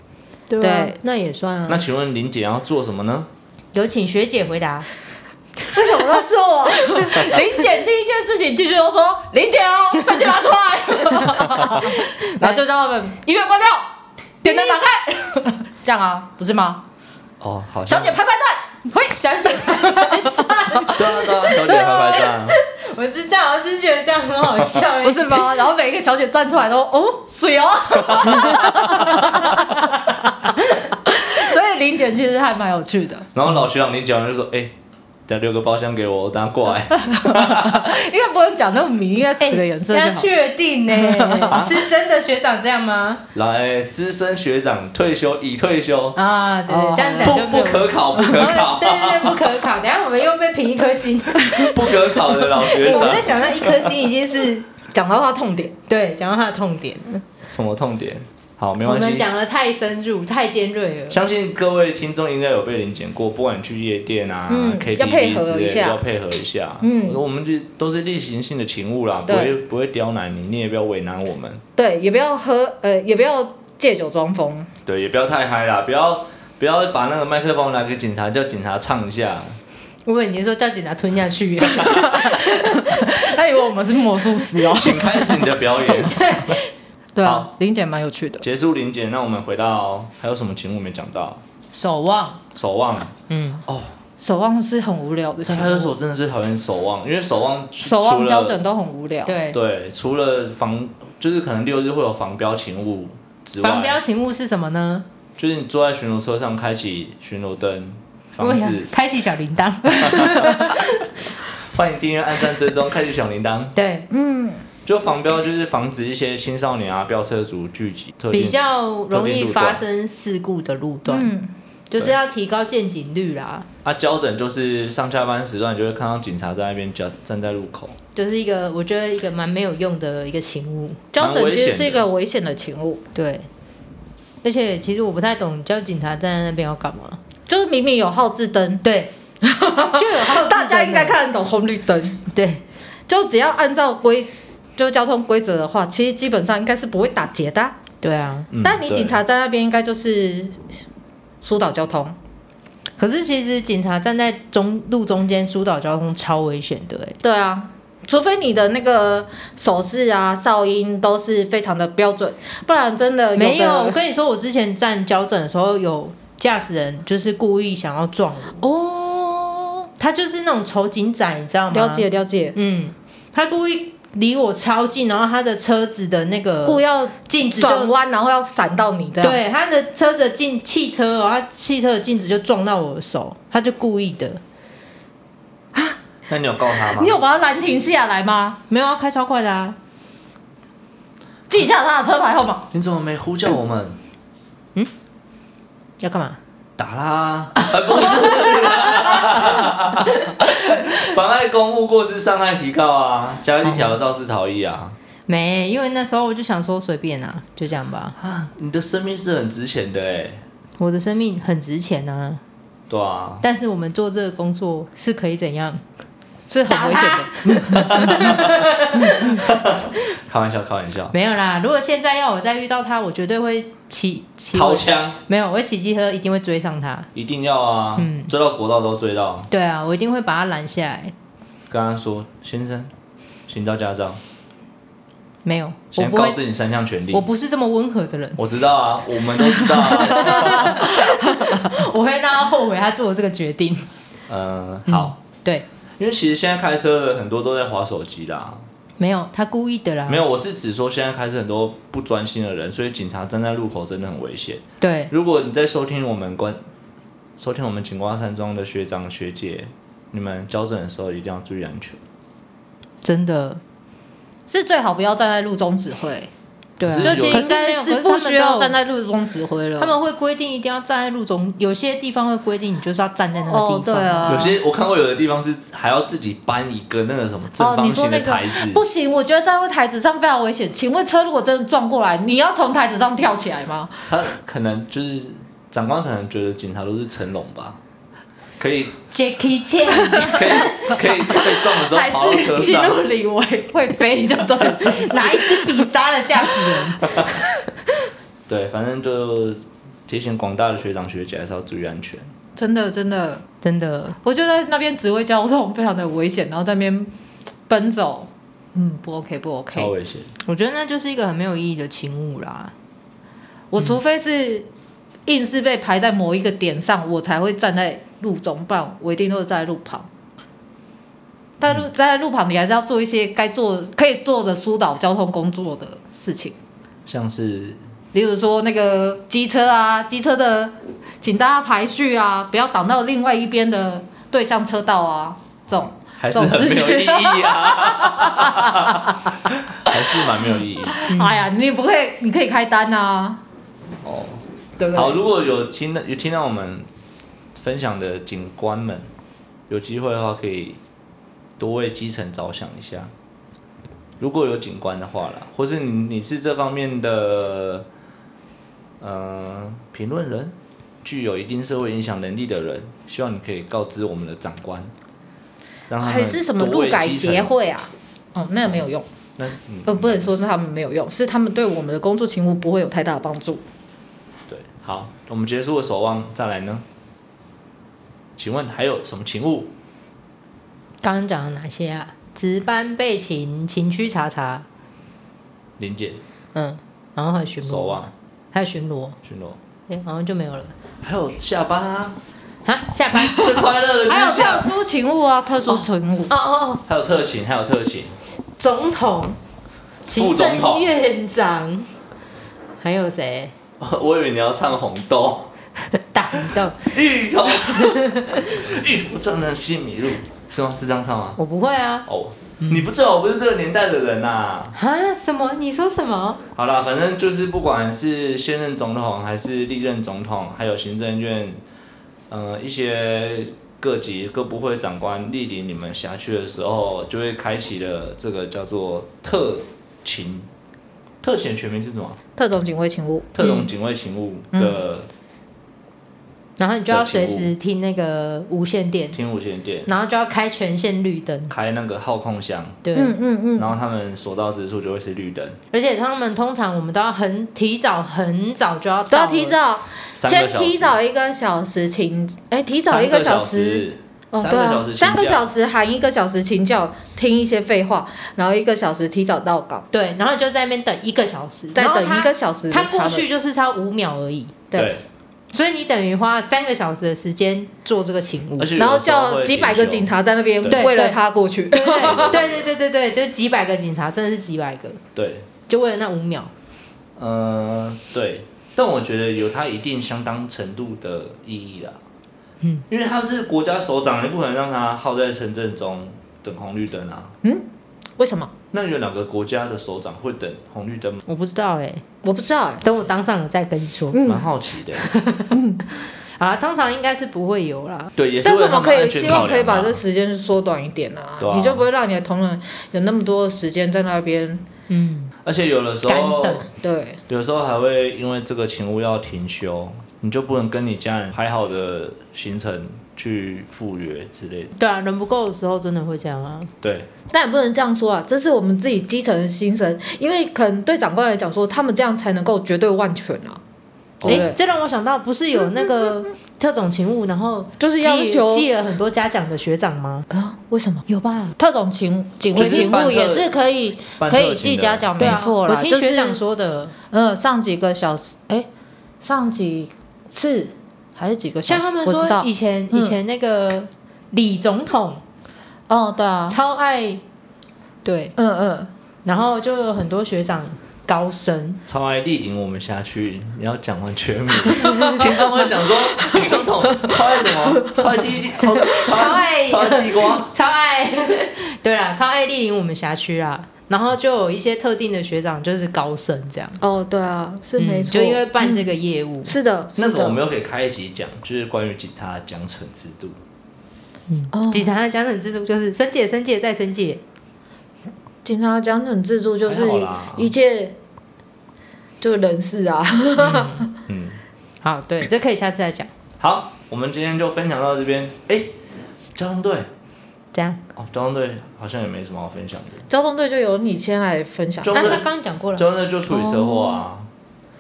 B: 对啊
C: 对
B: 那也算
A: 那
B: 啊。
A: 请问林姐要做什么呢？
B: 有请学姐回答。
C: 为什么都 是我？
B: 林检第一件事情进去就说：“林检哦，证件拿出 来。”然后就叫他们音乐关掉，电灯打开， 这样啊，不是吗？
A: 哦，好
B: 小
A: 像
B: 姐拍拍站，嘿，小姐，
A: 对啊对啊，小姐拍拍站啊，
D: 我知道，我只是觉得这样很好笑。欸
B: 不是吗？然后每一个小姐站出来都哦，水哦。 所以林检其实还蛮有趣的，
A: 然后老学长你讲完就说，哎、等下留个包厢给我，我等下过来。
B: 应该不用讲那么明，应该
D: 哎
B: 四个颜色就
D: 要
B: 好。
D: 确定 呢，是真的学长这样吗？
A: 来，资深学长退休已退休，
D: 啊，对
B: 哦
D: 对，这样讲就没
A: 不不
D: 有
A: 可考，不可考，
D: 对对对，不可考。等一下我们又被评一颗星。
A: 不可考的老学
D: 我
A: 长
D: 们在。想，那一颗星已经是
C: 讲到他痛点，
D: 对讲到他的痛点，
A: 什么痛点？好，没
D: 我
A: 关
D: 们
A: 系。
D: 讲的太深入、太尖锐了。
A: 相信各位听众应该有被零检过，不管你去夜店啊、
C: 嗯
A: KTV
C: 要配合
A: 之类
C: 一
A: 的，
C: 下
A: 要配合一下。
C: 嗯
A: 我们就都是例行性的勤务啦，不
C: 对
A: 会不会刁难你，你也不要为难我们。
C: 对，也不要喝，呃，也不要借酒 装疯，
A: 对，也不要太嗨啦，不要不要把那个麦克风拿给警察，叫警察唱一下。
D: 我以为你是说叫警察吞下 去，
C: 他以为我们是魔术师 哦。
A: 请开始你的表 演。
C: 对啊
A: 好，
C: 林检蛮有趣的，
A: 结束零检，那我们回到还有什么勤务没讲到？
B: 守望，
A: 守望，
B: 嗯，
A: 哦，
C: 守望是很无聊的
A: 在
C: 情
A: 派出所
C: 况，
A: 真的最讨厌守望，因为守望
C: 守
A: 除
C: 望
A: 了
C: 交整都很无聊。
B: 对。
A: 对，除了防，就是可能六日会有防标勤务之外，
B: 防标勤务是什么呢？
A: 就是你坐在巡逻车上开启巡逻灯，
B: 我
A: 防
B: 也
A: 止
D: 啊
B: 想开启 小铃铛。
A: 欢迎订阅、按赞、追踪、开启小铃铛。
D: 对，
C: 嗯，
A: 就防标就是防止一些青少年啊、飙车族聚集，特定
B: 比较容易发
A: 特
B: 生事故的路段，
C: 嗯，
B: 就是要提高见警率啦。
A: 啊，交整就是上下班时段，你就会看到警察在那边站站在路口。
B: 就是一个我觉得一个蛮没有用的一个勤务，
C: 交整其实是
A: 蛮危险的
C: 一个危险的情物，
B: 对。而且其实我不太懂，叫警察站在那边要干嘛？
C: 就是明明有号志灯，
B: 对，就有好
C: 大家应该看得懂红绿灯，
B: 对
C: 就只要按照规，就交通规则的话，其实基本上应该是不会打劫的啊、
B: 对啊。
A: 嗯
C: 但你
A: 对
C: 警察在那边应该就是疏导交通，
B: 可是其实警察站在中路中间疏导交通超危险的、欸，
C: 对啊，除非你的那个手势啊、哨音都是非常的标准，不然真的
B: 没有。我
C: 有的
B: 跟你说，我之前站交整的时候，有驾驶人就是故意想要撞我，
C: 哦，
B: 他就是那种仇警仔，你知道吗？
C: 了解了解，
B: 嗯，他故意离我超近，然后他的车子的那个
C: 故意要
B: 镜子
C: 转
B: 呃就
C: 弯，然后要闪到你这样，
B: 对他的车子的镜汽车、哦，他汽车的镜子就撞到我的手，他就故意的。
A: 那你有告他吗？
C: 你有把它拦停下来吗？
B: 没有啊，开超快的啊！
C: 记下他的车牌号码。
A: 你怎么没呼叫我们？
B: 要干嘛？
A: 打啦！啊不是 啦妨碍公务、过失伤害提告啊，加一条肇事逃逸啊。
B: 没，因为那时候我就想说随便啊，就这样吧。
A: 啊，你的生命是很值钱的哎。
B: 我的生命很值钱啊，
A: 对啊，
B: 但是我们做这个工作是可以怎样？
C: 是很危险的，
A: 开玩笑，开玩笑。
B: 没有啦，如果现在要我再遇到他，我绝对会骑骑
A: 掏枪
B: 没有，我会骑机车一定会追上他。
A: 一定要啊，
B: 嗯
A: 追到国道都追到，
B: 对啊，我一定会把他拦下来。
A: 跟他说先生，请照驾照，
B: 没有，我
A: 先
B: 不
A: 告
B: 会
A: 知你三项权利
B: 我。不是这么温和的人，
A: 我知道啊，我们都知道 啊。
B: 我会让他后悔他做的这个决定。
A: 嗯，好，
B: 对，
A: 因为其实现在开车的很多都在划手机啦，
B: 没有，他故意
C: 嗯
B: 的啦。
A: 没有，我是指说现在开始很多不专心的人，所以警察站在路口真的很危险。
B: 对，
A: 如果你在收听我们关收听我们景光山庄的学长学姐，你们交整的时候一定要注意安全。
B: 真的，
C: 是最好不要站在路中指挥，
B: 对啊
A: 可是
C: 就
A: 有
C: 其实应该是不需要站
B: 在。
C: 在路中指挥了。
B: 他们会规定一定要站在路中，有些地方会规定你就是要站在那个地方。
C: 哦对啊
A: 有些我看过有的地方是还要自己搬一个那个什么正
C: 哦，
A: 方
C: 你说
A: 形的
C: 那个
A: 台子，
C: 不行，我觉得站在台子上非常危险。请问车如果真的撞过来，你要从台子上跳起来吗？
A: 他可能就是长官可能觉得警察都是成龙吧，可以
B: Jackie Chan
A: 可以可以被撞的时候
C: 还
A: 跑到车
C: 是进
A: 上
C: 入。里维会飞就对 了？
B: 拿一支笔杀了驾驶人。
A: 对，反正就提醒广大的学长学姐还是要注意安全。
C: 真的真的，
B: 真的，
C: 我觉得那边指挥交通非常的危险，然后在那边奔走，嗯，不 OK 不
A: 超
C: OK。
A: 危险。
B: 我觉得那就是一个很没有意义的勤务啦。
C: 我除非是硬是被排在某一个点上，我才会站在路中，不然我一定都是站在路旁。但
A: 嗯
C: 路站在路旁，你还是要做一些该做可以做的疏导交通工作的事情。
A: 像是
C: 例如说那个机车啊，机车的，请大家排序啊，不要挡到另外一边的对向车道啊，这种
A: 还是很没有意义啊， 还是蛮没有意义。
C: 哎呀，你也不会，你可以开单啊，
A: 哦，
C: 对不
A: 好，
C: 对？
A: 如果有听到有听到我们分享的警官们，有机会的话可以多为基层着想一下。如果有警官的话啦，或是你你是这方面的，呃，评论人，具有一定社会影响能力的人，希望你可以告知我们的长官，让他们
C: 还是什么
A: 多为
C: 路改
A: 基层
C: 协？会啊？哦，那个没有用，
A: 那嗯
C: 呃，不能说是他们没有用，是他们对我们的工作情务不会有太大的帮助。
A: 对，好，我们结束了守望，再来呢？请问还有什么勤务？
B: 刚刚讲了哪些啊？值班备勤、勤区查查，
A: 林姐，
B: 嗯，然后还有巡
A: 守
B: 逻，
A: 望、
B: 还有巡逻，
A: 巡逻，
B: 哎，好像就没有了。
A: 嗯还有下班啊，
B: 啊，下班。
A: 最快乐的
C: 还有
A: 就是下
C: 特殊勤务啊，特殊勤务，
B: 哦哦哦，
A: 还有特勤，还有特勤，
B: 总统、
A: 副
B: 行
A: 总
B: 政
A: 统
B: 院长，还有谁？
A: 我以为你要唱红豆，
B: 大豆，
A: 芋 头，芋头长成西米露，是吗？是这样唱吗？
B: 我不会啊。
A: 哦，
C: 嗯
A: 你不知道我不是这个年代的人呐、啊。
B: 啊？什么？你说什么？
A: 好啦，反正就是不管是现任总统还是历任总统，还有行政院，呃，一些各级各部会长官莅临你们辖区的时候，就会开启了这个叫做特勤。特勤的全名是什么？
C: 特种警卫勤务，
A: 特
B: 嗯
A: 种警卫勤务的
C: 嗯
B: 然后你就要
A: 的勤务
B: 随时听那个无线电，
A: 天武线店，
B: 然后就要开全线绿灯。
A: 开那个号控箱，
B: 对，
C: 嗯嗯嗯，
A: 然后他们所到之处就会是绿灯，
B: 而且他们通常我们都要很提早，很早就要
C: 都要
B: 到
C: 提
B: 了。
C: 早，
A: 三
C: 先
A: 个小时
C: 提早一个小时请，哎，提早一
A: 三个
C: 小时。
A: 时，
C: 哦，
A: 三
C: 对
A: 个
C: 啊
A: 小时，请假，
C: 三个小时含一个小时请教，听一些废话，然后一个小时提早到岗，
B: 对，然后你就在那边等一个小时，
C: 再
B: 然后
C: 等
B: 他
C: 一个小时。
B: 他过去就是差五秒而已，
A: 对，
B: 所以你等于花了三个小时的时间做这个勤务
A: 而。且
C: 然后
A: 有的时候
C: 叫
A: 会
C: 几百
A: 停
C: 个
A: 休
C: 警，察在那边
A: 对
C: 为了
B: 对
C: 他过去。
B: 对
C: 呃
B: 对对对对对，就是几百个警察，真的是几百个，
A: 对，
B: 就为了那五秒。
C: 呃
A: 嗯，对，但我觉得有它一定相当程度的意义啦。嗯，因为他是国家首长，你不可能让他耗在城镇中等红绿灯啊。
C: 为什么？
A: 那有哪个国家的首长会等红绿灯吗？
B: 我不知道哎、
C: 我不知道哎、
B: 等我当上了再跟你说。
C: 嗯
A: 蛮好奇的。
B: 好啦，通常应该是不会有啦。
A: 对，也是
C: 但
A: 为
C: 是
A: 了他
C: 我
A: 们
C: 们可以
A: 安全
C: 希
A: 考
C: 望
A: 量啊
C: 可以把
A: 嘛
C: 这时间缩短一点啊，
A: 对啊
C: 你就不会让你的同仁有那么多时间在那边。
B: 嗯，
A: 而且有的时
B: 干
A: 候，
B: 等
C: 对，
A: 有时候还会因为这个勤务要停休，你就不能跟你家人排好的行程去赴约之类的。
B: 对啊，人不够的时候真的会这样啊。
A: 对，
C: 但也不能这样说啊，这是我们自己基层的心声，因为可能对长官来讲说，他们这样才能够绝对万全啊，
A: 哦
B: 哎、
C: 对
B: 这让我想到，不是有那 个特种勤务，然后
C: 就是要
B: 记
C: 求
B: 记了很多嘉奖的学长吗？
C: 啊？为什么？
B: 有吧？
C: 特种勤警
A: 就
C: 卫
A: 是
C: 勤
A: 办
C: 务
A: 特
C: 也是可以
A: 办
C: 可
A: 特
C: 以
A: 勤
C: 记
A: 的
C: 嘉奖，
B: 对
C: 没
B: 啊，
C: 错
B: 我
C: 啦，
B: 听
C: 就
B: 学长
C: 是
B: 说的，
C: 呃上几个小时，哎，上几次还是几个小
B: 像
C: 时？
B: 他们
C: 我知
B: 说
C: 道
B: 以前
C: 嗯
B: 以前那个李总统
C: 哦，对啊，
B: 超爱对，
E: 嗯嗯，
B: 然后就有很多学长高升，
A: 超爱力挺我们下去，你要讲完全名， 听众会想说，李总统超爱什么？超爱地超超
B: 爱
A: 超爱地瓜，
B: 超爱， 对啦，超爱莅临我们辖区啦。然后就有一些特定的学长就是高升这样，
E: 哦，对啊，是
B: 嗯
E: 没错，
B: 就因为办这个业务，
E: 是的，是
A: 那个我
E: 的，
A: 们又可以开一集讲，就是关于警察奖惩制度。
E: 哦
B: 警察的奖惩制度就是申诫、申诫再申诫，
E: 警察奖惩制度就是
A: 还好啦
E: 一切就人事啊，
A: 嗯，
B: 好，对，这可以下次再讲。
A: 好，我们今天就分享到这边。哎，交通队
B: 这样，
A: 哦，交通队好像也没什么好分享的，
E: 交通队就由你先来分享。
A: 就
B: 但他
A: 是
B: 刚刚讲过了，
A: 交通队就处理车祸啊。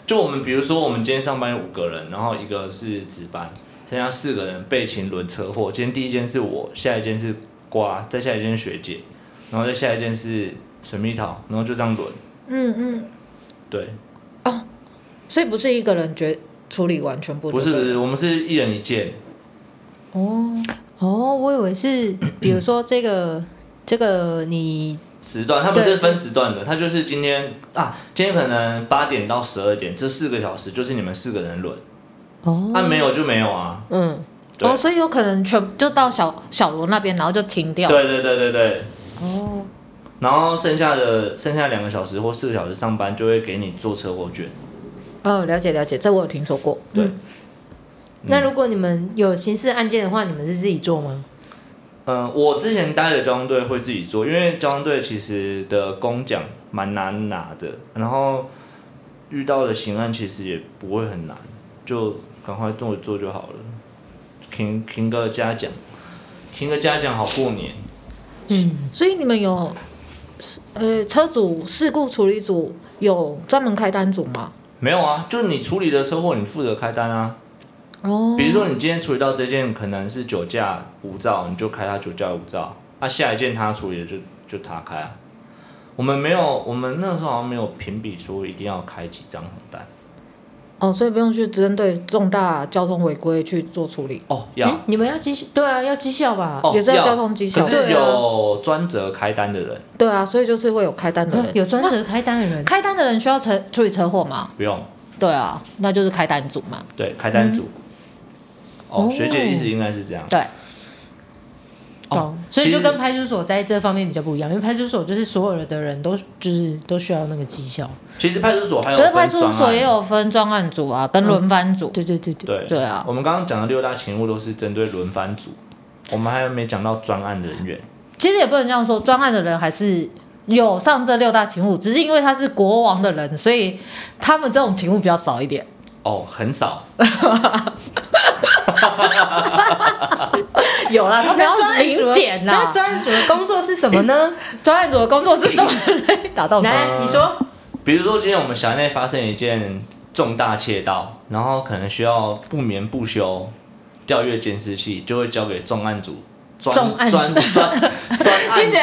A: 就我们比如说，我们今天上班有五个人，然后一个是值班，剩下四个人被情轮车祸。今天第一件是我，下一件是瓜，再下一件是学姐，然后再下一件是水蜜桃，然后就这样轮。
E: 嗯嗯，
A: 对，
E: 所以不是一个人决处理完全部就
A: 不
E: 对
A: 是
E: 了，
A: 不是，我们是一人一件。
E: 哦，
B: 哦，我以为是，比如说这个这个你
A: 时段，它不
B: 对
A: 是分时段的，它就是今天啊，今天可能八点到十二点这四个小时就是你们四个人轮，
B: 哦，
A: 啊没有就没有啊，
B: 嗯，
A: 对
C: 哦，所以有可能全就到小小罗那边，然后就停掉。
A: 对对对对对，
B: 哦，
A: 然后剩下的剩下两个小时或四个小时上班就会给你做车祸卷，
C: 哦，了解了解，这我有听说过。
A: 对，
B: 嗯
A: 嗯
B: 那如果你们有刑事案件的话，你们是自己做吗？
A: 嗯、我之前待的交通队会自己做，因为交通队其实的工奖蛮难拿的，然后遇到的刑案其实也不会很难，就赶快做做就好了，停停个嘉奖，停个嘉奖好过年。
B: 嗯，
E: 所以你们有呃车主事故处理组有专门开单组吗？
A: 没有啊，就是你处理的车祸，你负责开单啊。
B: 嗯
E: 哦，
A: 比如说你今天处理到这件可能是酒驾无照，你就开他酒驾无照。啊，下一件他处理的就就他开啊。我们没有，我们那时候好像没有评比说一定要开几张红单。
E: 哦，所以不用去针对重大交通违规去做处理，
A: 哦，要、
B: 嗯你们要绩对啊，要绩效吧？
A: 哦
E: 也是要交通绩效
A: 可是
E: 对啊
A: 有专责开单的人
E: 对啊，所以就是会有开单的
B: 啊
E: 人，
B: 有专责开单的人，
C: 开单的人需要车处理车祸吗？
A: 不用，
C: 对啊，那就是开单组嘛。
A: 对，开单组。哦，
B: 哦
A: 学姐的意思应该是这样。
C: 对，
A: 哦
B: 懂，哦所以就
A: 其实
B: 跟派出所在这方面比较不一样，因为派出所就是所有的人都就是都需要那个绩效。
A: 其实派出所还有
C: 可
A: 分
C: 是派出
A: 专
C: 所
A: 案嗯
C: 也有分专案组啊，跟轮番组。
B: 对对对对，
A: 对
C: 对啊
A: 我们刚刚讲的六大勤务都是针对轮番组，我们还没讲到专案的人员。
C: 其实也不能这样说，专案的人还是有上这六大勤务，只是因为他是国王的人，所以他们这种勤务比较少一点。
A: 哦，很少，
C: 有啦，他们要
B: 那专案组
C: 零检
B: 那
C: 呐。
B: 专案组的工作是什么 呢？
C: 专案组的工作是什么嘞？打到
B: 来，
A: 呃
B: 你说，
A: 比如说今天我们辖内发生一件重大窃盗，然后可能需要不眠不休调阅监视器，就会交给重案组。专
B: 重案组
A: 专专专
C: 听起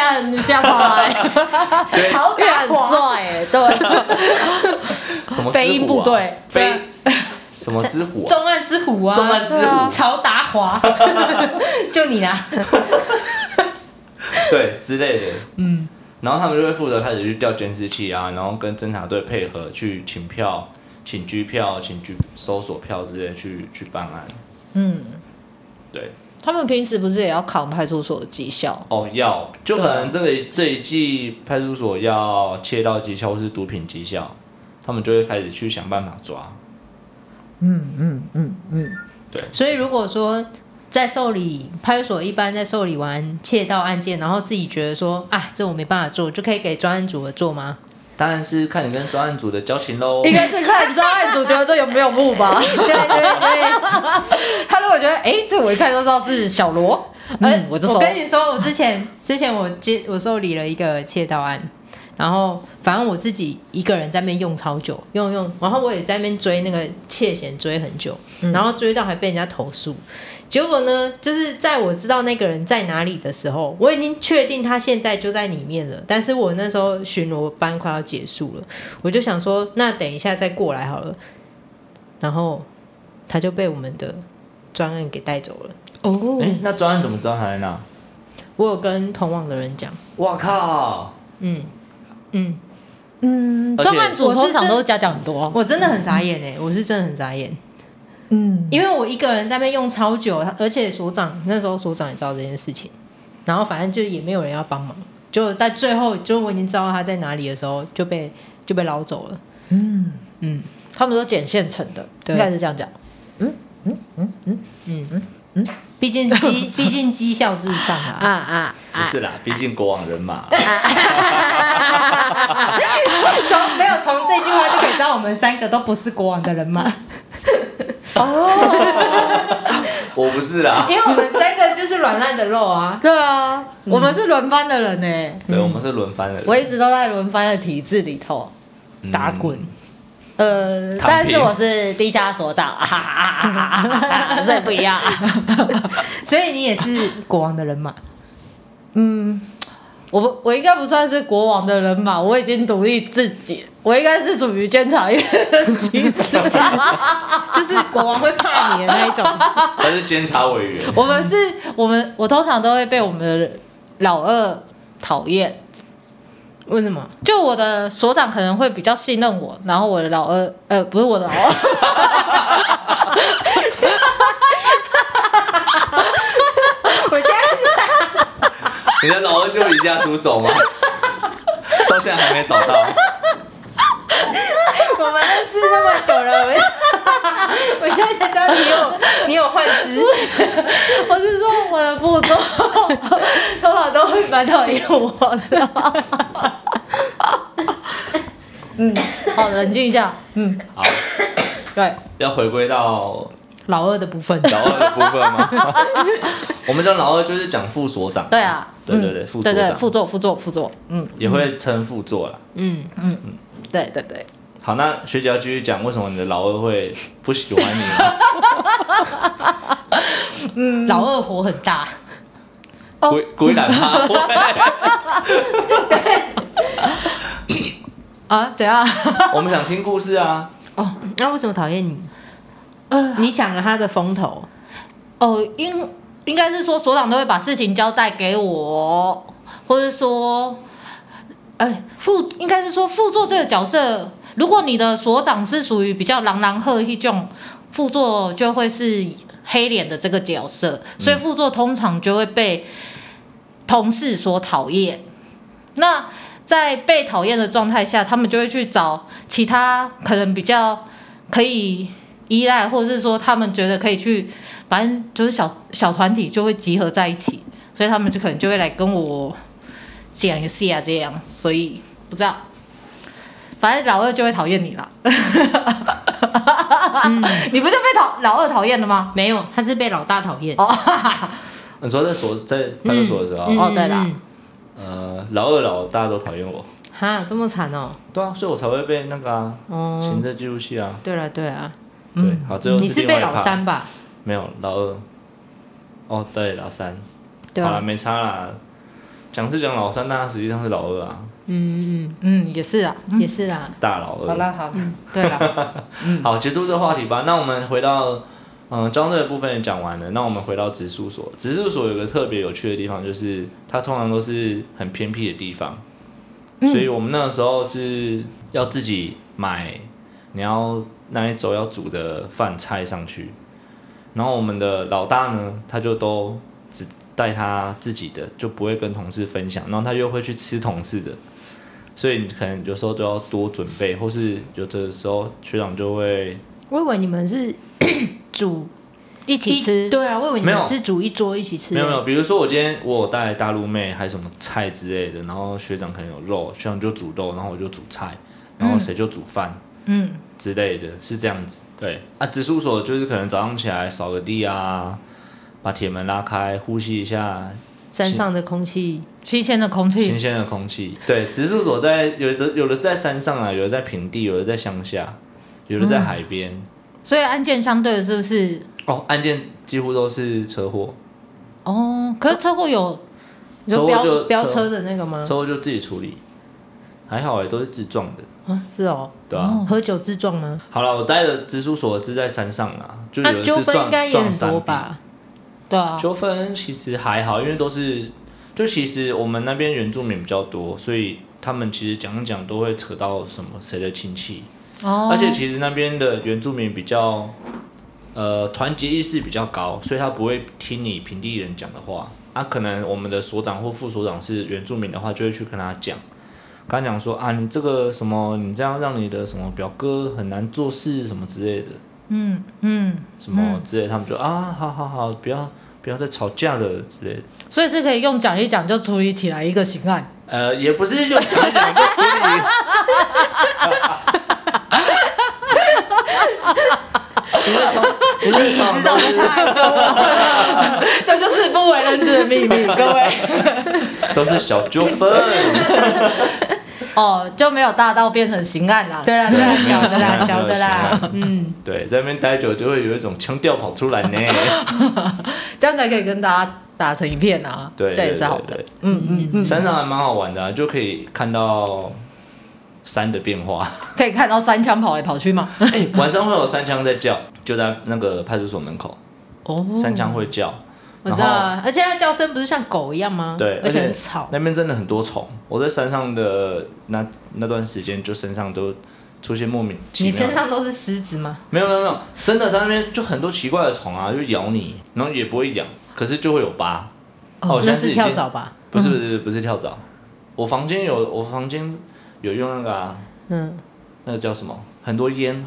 A: 案，啊
C: 来很 像花、欸，
B: 超
C: 也很帅、欸，对，
A: 什么
C: 飞
A: 之
C: 鹰
A: 虎啊
C: 部队
A: 飞什么之虎啊？
B: 重案之虎啊，
A: 重案之虎
B: 对啊曹达华， 就你啦。
A: 对之类的，嗯，然后他们就会负责开始去调监视器啊，然后跟侦查队配合去请票、请拘票、请拘搜索票之类去去办案。
C: 嗯，
A: 对，
C: 他们平时不是也要扛派出所的绩效？
A: 哦，要就可
C: 对啊
A: 能这个这一季派出所要窃盗绩效或是毒品绩效，他们就会开始去想办法抓。
B: 所以如果说在受理派出所一般在受理完窃盗案件，然后自己觉得说啊，这我没办法做，就可以给专案组的做吗？
A: 当然是看你跟专案组的交情喽。
C: 应该是看专案组觉得这有没有误吧？
B: 对对对。
C: 他如果觉得，哎、这我一看就知道是小罗，嗯，我就收。
B: 跟你呃说，我之前 之前我接我受理了一个窃盗案，然后反正我自己一个人在那边用超久，用用，然后我也在那边追那个窃嫌追很久，
C: 嗯
B: 然后追到还被人家投诉。结果呢，就是在我知道那个人在哪里的时候，我已经确定他现在就在里面了。但是我那时候巡逻班快要结束了，我就想说，那等一下再过来好了。然后他就被我们的专案给带走了。
E: 哦
A: 哎、那专案怎么知道他在那？
B: 我有跟同网的人讲。
A: 哇靠！
B: 嗯嗯，
C: 嗯，
A: 而且
C: 专案组通常都嘉奖很多，
B: 我真的很傻眼哎、我是真的很傻眼，
C: 嗯，
B: 因为我一个人在那边用超久，他而且所长那时候所长也知道这件事情，然后反正就也没有人要帮忙，就在最后就我已经知道他在哪里的时候就被就被捞走了。嗯
C: 他们都捡现成的，
B: 对
C: 应该是这样讲。
B: 嗯嗯嗯，毕竟绩 毕竟绩效至上啊。
C: 啊
A: 不是啦，毕竟国往人马，
B: 从没有从这句话就可以知 道我们三个都不是国王的人嘛，
A: 我不是啦。
B: 因为我们三个就是软烂的肉啊。
C: 对啊，我们是轮班的人呢、
A: 对，我们是轮番的人。
C: 我一直都在轮番的体制里头
A: 嗯
C: 打滚。呃，
A: 躺平
C: 但是我是地下所长，啊哈哈哈哈哈 哈所以不一样。
B: 所以你也是国王的人 嘛？
C: 我不我应该不算是国王的人吧？我已经独立自己，我应该是属于监察院的体
B: 就
C: 制。
B: 是国王会怕你的那一种。
A: 他是监察委员，
C: 我们是，我们我通常都会被我们的老二讨厌，
B: 为什么？
C: 就我的所长可能会比较信任我，然后我的老二，呃，不是我的老二，
B: 我现在
A: 你的老二就离家出走吗？到现在还没找到，
B: 我们认识那么久了，我 我现在才知道你有你有幻肢，
C: 我是说我的副座， 通常都会蛮讨厌我的。 嗯，好，冷静一下。嗯，
A: 好，
C: 对，
A: 要回归到
B: 老二的部分。
A: 老二的部分吗？我们讲老二就是讲副所长，
C: 对啊，
A: 对
C: 嗯
A: 对对副
C: 对
A: 座
C: 对
A: 长
C: 副座，副座，副座，嗯，
A: 也会称副座啦。
B: 嗯，
C: 对对对，
A: 好，那学姐要继续讲为什么你的老二会不喜欢你吗？
B: 老二火很大，
A: 鬼鬼 胆怕会，
C: 啊，怎样？
A: 我们想听故事啊。
B: 哦，那为什么讨厌你？
C: 呃，
B: 你抢了他的风头，
C: 哦，应应该是说所长都会把事情交代给我，或者说，哎，副应该是说副座这个角色，如果你的所长是属于比较狼狼赫一种，副座就会是黑脸的这个角色，所以副座通常就会被同事所讨厌。那在被讨厌的状态下，他们就会去找其他可能比较可以依赖，或者是说他们觉得可以去反正就是小小团体就会集合在一起，所以他们就可能就会来跟我讲一下这样，所以不知道，反正老二就会讨厌你啦。 你不就被讨老二讨厌了吗？
B: 没有，他是被老大讨厌。
C: 哦， 哈哈
A: 你说在所在派出所的时候，啊
C: 哦对啦
B: 嗯，
A: 呃，老二老大都讨厌我，
B: 哈，这么惨哦。
A: 对啊，所以我才会被那个啊，
B: 哦，
A: 行车记录器啊，
B: 对了对了，
A: 对，好，最后
B: 嗯你是
A: 另外
B: 被
A: 一
B: 老
A: 趴，
B: 三吧？
A: 没有老二，哦，对，老三，
B: 对
A: 好了，
B: 啊，
A: 没差啦，讲是讲老三，但他实际上是老二啊，
B: 嗯
C: 嗯，也是啊。
B: 嗯，也是啦。
A: 大老二。
C: 好啦，好啦，
B: 嗯
C: 对啦，
A: 好，结束这个话题吧。那我们回到，嗯，招队的部分也讲完了。那我们回到植树所，植树所有个特别有趣的地方，就是它通常都是很偏僻的地方，所以我们那个时候是要自己买，你要那一周要煮的饭菜上去。然后我们的老大呢，他就都只带他自己的，就不会跟同事分享，然后他又会去吃同事的，所以你可能有时候都要多准备，或是有的时候学长就会
B: 我以为你们是 煮
C: 一
B: 一
C: 起吃，
B: 对啊，我以为你
A: 没
B: 们
A: 有
B: 是煮一桌一起吃。
A: 没有没有，比如说我今天我有带大陆妹还是什么菜之类的，然后学长可能有肉，学长就煮肉，然后我就煮菜，然后谁就煮饭，
C: 嗯，
A: 之类的，是这样子。对啊，植树所就是可能早上起来扫个地啊，把铁门拉开，呼吸一下
B: 山上的空气，
C: 新鲜的空
A: 新
C: 气，
A: 鲜的空气。对，植树所在有的有的在山上啊，有的在平地，有的在乡下，有的在海边。
C: 所以案件相对的是不是？
A: 哦，案件几乎都是车祸，
C: 哦，可是车祸有
B: 你说
A: 车祸就
B: 飙飙
A: 车
B: 车的那个吗？
A: 车祸就自己处理，还好哎、都是自撞的，
B: 啊，是哦，
A: 对吧、啊？
B: 喝酒自撞吗？
A: 好了，我带的直属所是在山上啦，就有
B: 那
A: 的
B: 啊纠
A: 是
B: 纷
A: 撞、
B: 应该也
A: 撞
B: 很
A: 山
B: 多
A: 壁？
B: 吧？
C: 对啊，
A: 纠纷其实还好，因为都是就其实我们那边原住民比较多，所以他们其实讲一讲都会扯到什么谁的亲戚，
E: 哦，
A: 而且其实那边的原住民比较，呃，团结意识比较高，所以他不会听你平地人讲的话。啊，可能我们的所长或副所长是原住民的话，就会去跟他讲，跟他讲说啊，你这个什么，你这样让你的什么表哥很难做事什么之类的，
E: 嗯嗯，
A: 什么之类的，他们就啊，好好好，不要不要再吵架了之类的。
E: 所以是可以用讲一讲就处理起来一个刑案。
A: 呃，也不是用讲一讲就处理。
D: 你知道的太多了。
E: 这就是不为人知的秘密，各位。
A: 都是小纠纷，
E: 哦，就没有大到变成刑案啦。
B: 对啦，对啦，小 的啦，
A: 对
B: 小的
A: 没有
B: 啦
A: 小的，
B: 嗯，
A: 对，在那边待久就会有一种腔调跑出来呢。
E: 这样才可以跟大家打成一片啊，
A: 对，
E: 这也是
A: 对
E: 好
A: 对
E: 的
A: 对。
E: 嗯嗯嗯，
A: 山上还蛮好玩的、啊，就可以看到山的变化。
E: 可以看到三枪跑来跑去嘛。
A: 哎 晚上会有山枪在叫，就在那个派出所门口，
E: 哦，
A: 山枪会叫。
B: 我知道啊，而且它叫声不是像狗一样吗？
A: 对，
B: 而
A: 而
B: 且
A: 且
B: 很吵。
A: 那边真的很多虫，我在山上的那那段时间，就身上都出现莫名其
B: 你
A: 妙的。
B: 身上都是虱子吗？
A: 没有没有没有，真的在那边就很多奇怪的虫啊，就咬你，然后也不会痒，可是就会有疤。哦，我现
B: 那
A: 在是
B: 是
A: 已经
B: 跳蚤嗯吧？
A: 不是不是不是跳蚤，我房间有我房间有用那个啊，
B: 嗯，
A: 那个叫什么？很多烟，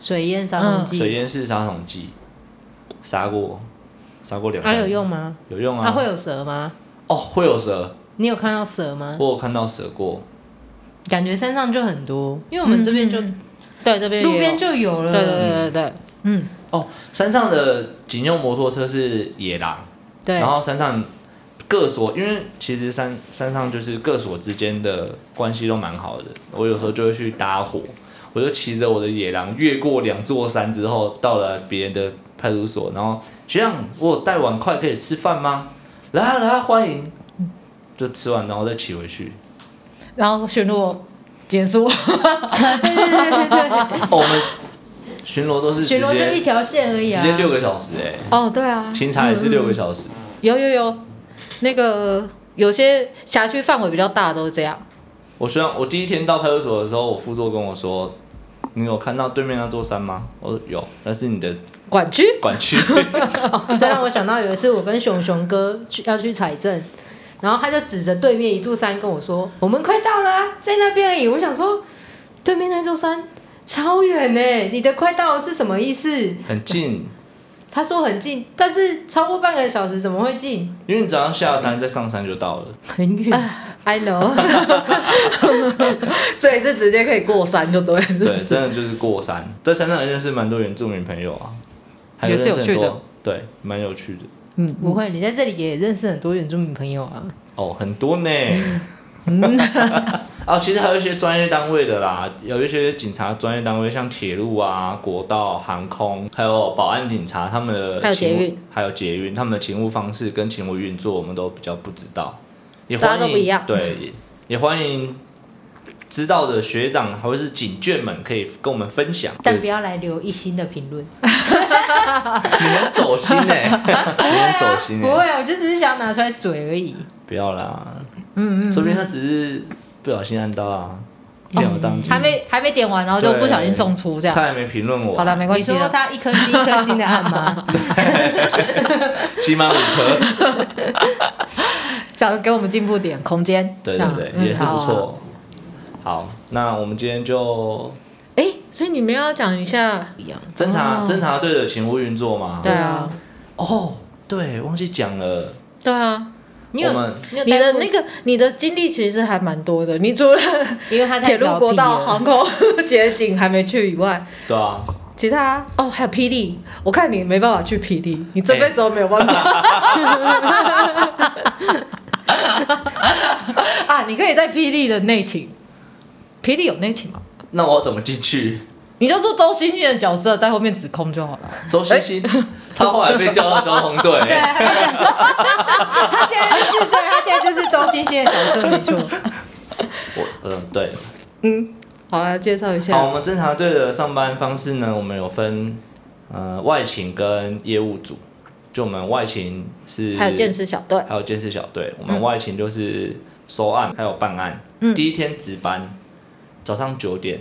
B: 水淹杀虫
A: 嗯水
B: 剂，
A: 烟式杀虫剂，杀过，杀过两
B: 它
A: 三。
B: 有用吗？
A: 有用啊！
B: 它会有蛇吗？
A: 哦，会有蛇，
B: 你有看到蛇吗？
A: 我有看到蛇过。
B: 感觉山上就很多，因为我们这边就
E: 嗯
C: 嗯
E: 对，这边也有
B: 路边就有了。
E: 对对对对对，
A: 哦，山上的警用摩托车是野狼，
B: 对
A: 然后山上各所，因为其实山山上就是各所之间的关系都蛮好的。我有时候就会去搭伙，我就骑着我的野狼越过两座山之后，到了别人的派出所，然后学长，我有带碗筷可以吃饭吗？来啊来啊，欢迎！就吃完然后再骑回去。
E: 然后巡逻结束。
A: 哦，我们巡逻都是直接
B: 巡逻就一条线而已啊。嗯
A: 直接六个小时哎、
C: 哦，对啊，
A: 清查也是六个小时。
E: 有有有，那个有些辖区范围比较大都是这样。
A: 我虽然我第一天到派出所的时候，我副座跟我说：“你有看到对面那座山吗？”我说：“有，那是你的
E: 管区
A: 管区。
B: 哦这让我想到有一次，我跟熊熊哥去要去采证，然后他就指着对面一座山跟我说：“我们快到了、啊，在那边而已。”我想说，对面那座山超远呢、你的快到了是什么意思？”
A: 很近，
B: 他说很近，但是超过半个小时怎么会近？
A: 因为你只要下山再上山就到了。
B: 很远，
E: ，I know，所以是直接可以过山就对了，是
A: 对，
E: 不是？
A: 真的就是过山。在山上也认识蛮多原住民朋友啊，还
E: 也是有
A: 认识很
E: 趣的
A: 多，对，蛮有趣的。
B: 不会，你在这里也认识很多原住民朋友啊。
A: 哦，很多呢。
E: 嗯
A: 啊，其实还有一些专业单位的啦，有一些警察专业单位，像铁路啊、国道、航空，还有保安警察，他们的
E: 还有
A: 勤务
E: 捷运，
A: 还有捷运，他们的勤务方式跟勤务运作，我们都比较不知道。也
E: 大家
A: 欢
E: 都
A: 迎
E: 不一样
A: 对，也也欢迎知道的学长或者是警眷们可以跟我们分享。
B: 但不要来留一星的评论，
A: 你们走心呢、 你们走心欸呢、
B: 不会，我就只是想拿出来嘴而已。
A: 不要啦，嗯嗯说不定他只是不小心按到啊，一两个当机
E: 哦还没还没点完，然后就不小心送出这
A: 他
E: 样。
A: 还没评论我，啊
E: 好了，，没关
B: 你
C: 啊
E: 系
B: 说
E: 了。
B: 他一颗星一颗星的按吗？
A: 起码五颗，
E: 想给我们进步点空间，
A: 对
E: 这
A: 对
E: 样
A: 对，
E: 嗯
A: 也是不
E: 好啊
A: 错。好，那我们今天就
C: 哎、 所以你们要讲一下，
A: 侦查侦查队的勤务运作嘛。
E: 哦对啊，
A: 哦，对，忘记讲了，
C: 对啊，
B: 你有
A: 我们
E: 啊
B: 你有
C: 你
B: 带
C: 的
B: 过
C: 那个你的经历其实还蛮多的，你除了
B: 因为他太
C: 铁路、国道、
B: 调皮了
C: 航空、捷景还没去以外，
A: 对啊，
C: 其他哦还有霹雳，我看你没办法去霹雳，你
A: 哎
C: 这辈子都没有办法。
E: 啊，你可以在霹雳的内勤，霹雳有内勤吗？
A: 那我怎么进去？
E: 你就做周星星的角色，在后面指控就好了。
A: 周 星星，他后来被调到交通队，
B: 对，他现在就是对，他现在就是周星星的角色，没错。
A: 我嗯对。
C: 好来介绍一下
A: 好，我们侦查队的上班方式呢，我们有分呃外勤跟业务组，就我们外勤是
E: 还有健身小队，
A: 还有监视小队。我们外勤就是收案还有办案。
E: 嗯
A: 第一天值班，早上九点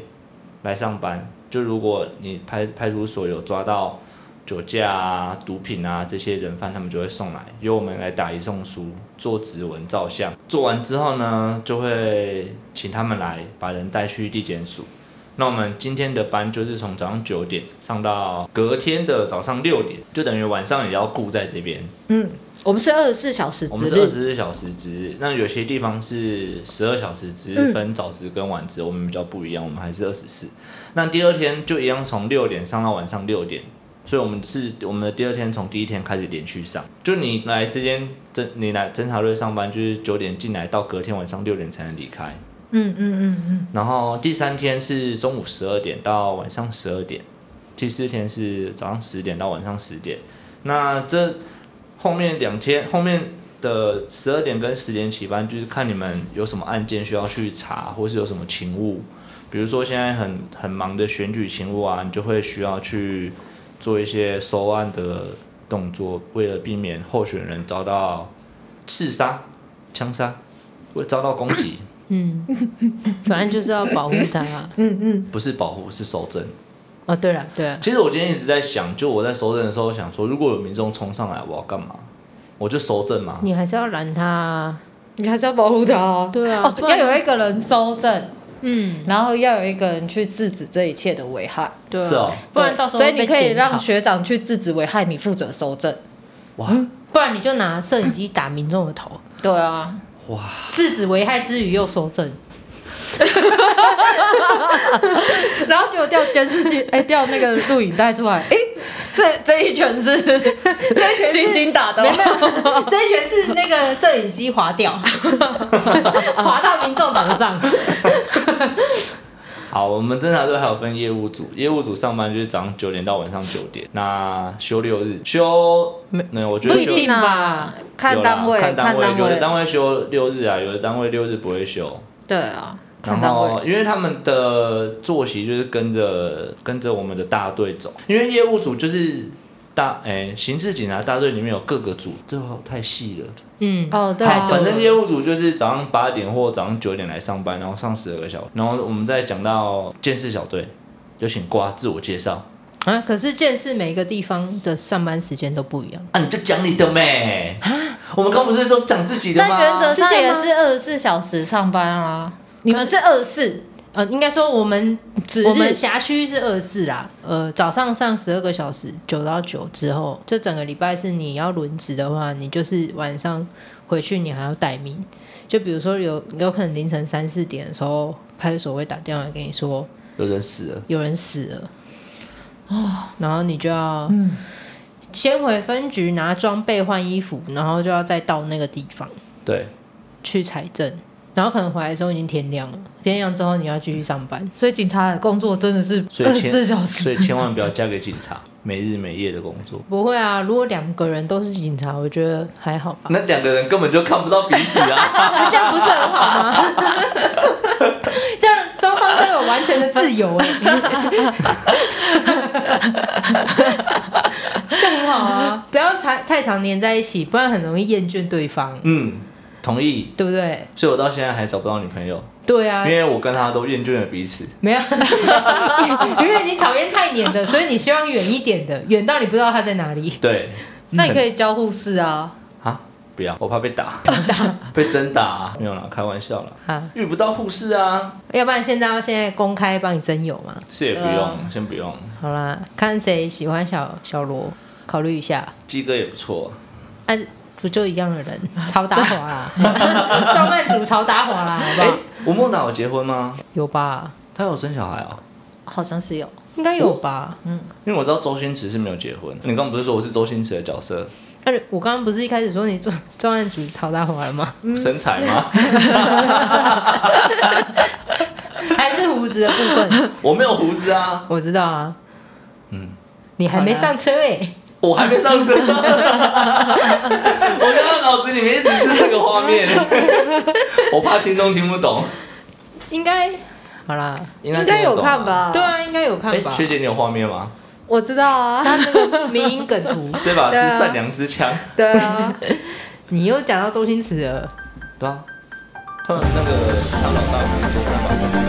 A: 来上班。就如果你派派出所有抓到酒驾啊、毒品啊这些人犯，他们就会送来，由我们来打移送书、做指纹、照相。做完之后呢，就会请他们来把人带去地检署。那我们今天的班就是从早上九点上到隔天的早上六点，就等于晚上也要顾在这边。
C: 我们是二十四小时
A: 我
C: 值
A: 们是二
C: 日
A: 十，四小时值日，那有些地方是十二小时值日，分早值跟晚值，我们比较不一样，我们还是二十四。那第二天就一样从六点上到晚上六点，所以我们是我们的第二天从第一天开始连续上，就你来这间侦你来侦查队上班，就是九点进来到隔天晚上六点才能离开。
C: 嗯嗯嗯嗯，
A: 然后第三天是中午十二点到晚上十二点，第四天是早上十点到晚上十点。那这后面两天后面的十二点跟十点起班，就是看你们有什么案件需要去查，或是有什么勤务。比如说现在很很忙的选举勤务啊，你就会需要去做一些收案的动作，为了避免候选人遭到刺杀、枪杀，会遭到攻击。
B: 嗯，反正就是要保护他啊。
A: 不是保护，是搜证。
B: 哦，对了，对了，
A: 其实我今天一直在想，就我在搜证的时候想说，如果有民众冲上来，我要干嘛？我就搜证嘛。
B: 你还是要拦他啊。
C: 你还是要保护他哦。
B: 对啊，
E: 哦
B: 不，然
E: 要有一个人收证，
B: 嗯，
E: 然后要有一个人去制止这一切的危害，
B: 对啊，
A: 是哦，
B: 不然到时候
E: 所
B: 会
E: 以你
B: 被
E: 可以
B: 检讨
E: 让学长去制止危害你，负责收证。
A: 哇、
B: 不然你就拿摄影机打民众的头，
E: 对啊，
A: 哇，
B: 制止危害之余又收证。
E: 然后结果调监视器， 哎，调那个录影带出来，哎，这这一拳是这一拳刑警打的哦，
B: 这一拳是那个摄影机划 掉，划到民众党上。
A: 好，我们侦查队还有分业务组，业务组上班就是早上九点到晚上九点，那休六日休，那我觉得
E: 不一
A: 休
E: 定啊，看
A: 有啦
E: 单位，
A: 看
E: 看
A: 位，
E: 单
A: 有的
E: 位，
A: 单位休六日啊，有的单位六日不会休。
E: 对啊，看
A: 然
E: 单位
A: 后，因为他们的作息就是跟着跟着我们的大队走，因为业务组就是大诶、刑事警察大队里面有各个组，这太细了。
B: 嗯，
E: 哦，对
B: 太
E: 啊，
B: 多
A: 反正业务组就是早上八点或早上九点来上班，然后上十二个小时。然后我们再讲到监视小队，就请挂自我介绍，
B: 啊，可是见识每一个地方的上班时间都不一样。
A: 啊，你就讲你的咩？我们刚不是都讲自己的吗？
E: 但啊原则上
B: 是这
E: 也
B: 样吗
E: 是二十四小时上班啊，你们是二十四，
B: 呃，应该说我们
E: 值日
B: 我们辖区是二四啦，呃，早上上十二个小时，九到九之后，这整个礼拜是你要轮值的话，你就是晚上回去你还要待命。就比如说有有可能凌晨三四点的时候，派出所会打电话给你说
A: 有人死了，
B: 有人死了，哦，然后你就要先回分局拿装备换衣服，然后就要再到那个地方。
A: 对，
B: 去财政，然后可能回来的时候已经天亮了，天亮之后你要继续上班。
E: 所以警察的工作真的是
A: 所
E: 二
A: 以
E: 十
A: 千
E: 四小时。
A: 所以千万不要嫁给警察，没日没夜的工作。
B: 不会啊，如果两个人都是警察，我觉得还好吧。
A: 那两个人根本就看不到彼此 啊！
B: 那这样不是很好吗？这样双方都有完全的自由哎、这很好啊，不要太太常黏在一起，不然很容易厌倦对方，
A: 嗯，同意。
B: 对不对？
A: 所以我到现在还找不到女朋友，
B: 对啊
E: 哎
A: 因，为我跟他都厌倦了彼此。
B: 没有， 因为你讨厌太黏的，所以你希望远一点的，远到你不知道他在哪里。
A: 对
E: 那你可以教护士啊，
A: 啊，不要，我怕被打，被针打、啊。没有啦，开玩笑啦。
B: 啊
A: 遇不到护士啊，
B: 要不然现在要现在公开帮你征友嘛？
A: 是也不用，先不用。
B: 好啦，看谁喜欢小小罗，考虑一下。
A: 鸡哥也不错，
B: 啊，不就一样的人，超打啊滑 啦，赵曼主超打滑啦，好不
A: 哎、
B: 好？
A: 吴孟达有结婚吗？
B: 有吧？
A: 他有生小孩哦、
E: 好像是有。
B: 应该有吧？嗯
A: 因为我知道周星驰是没有结婚。你刚不是说我是周星驰的角色，
B: 那哎我刚刚不是一开始说你做赵曼主超打滑了吗？
A: 身材吗？
B: 还是胡子的部分？
A: 我没有胡子啊，
B: 我知道啊，
A: 嗯，
B: 你还没
E: 好啦
B: 上车哎、
A: 我还没上车。我刚刚脑子里面一直是这个画面，我怕听众听不懂。
B: 应该好啦，
A: 应
D: 应该有看？吧？
B: 对，啊，应该有看
A: 哎、
B: 吧？
A: 学姐，你有画面吗？
D: 我知道啊，
B: 他那个迷因梗 图，
A: 这把是
D: 对啊
A: 善良之枪，
D: 对啊，
B: 你又讲到周星驰了。
A: 对啊，他们那个他老大我们说他把我们。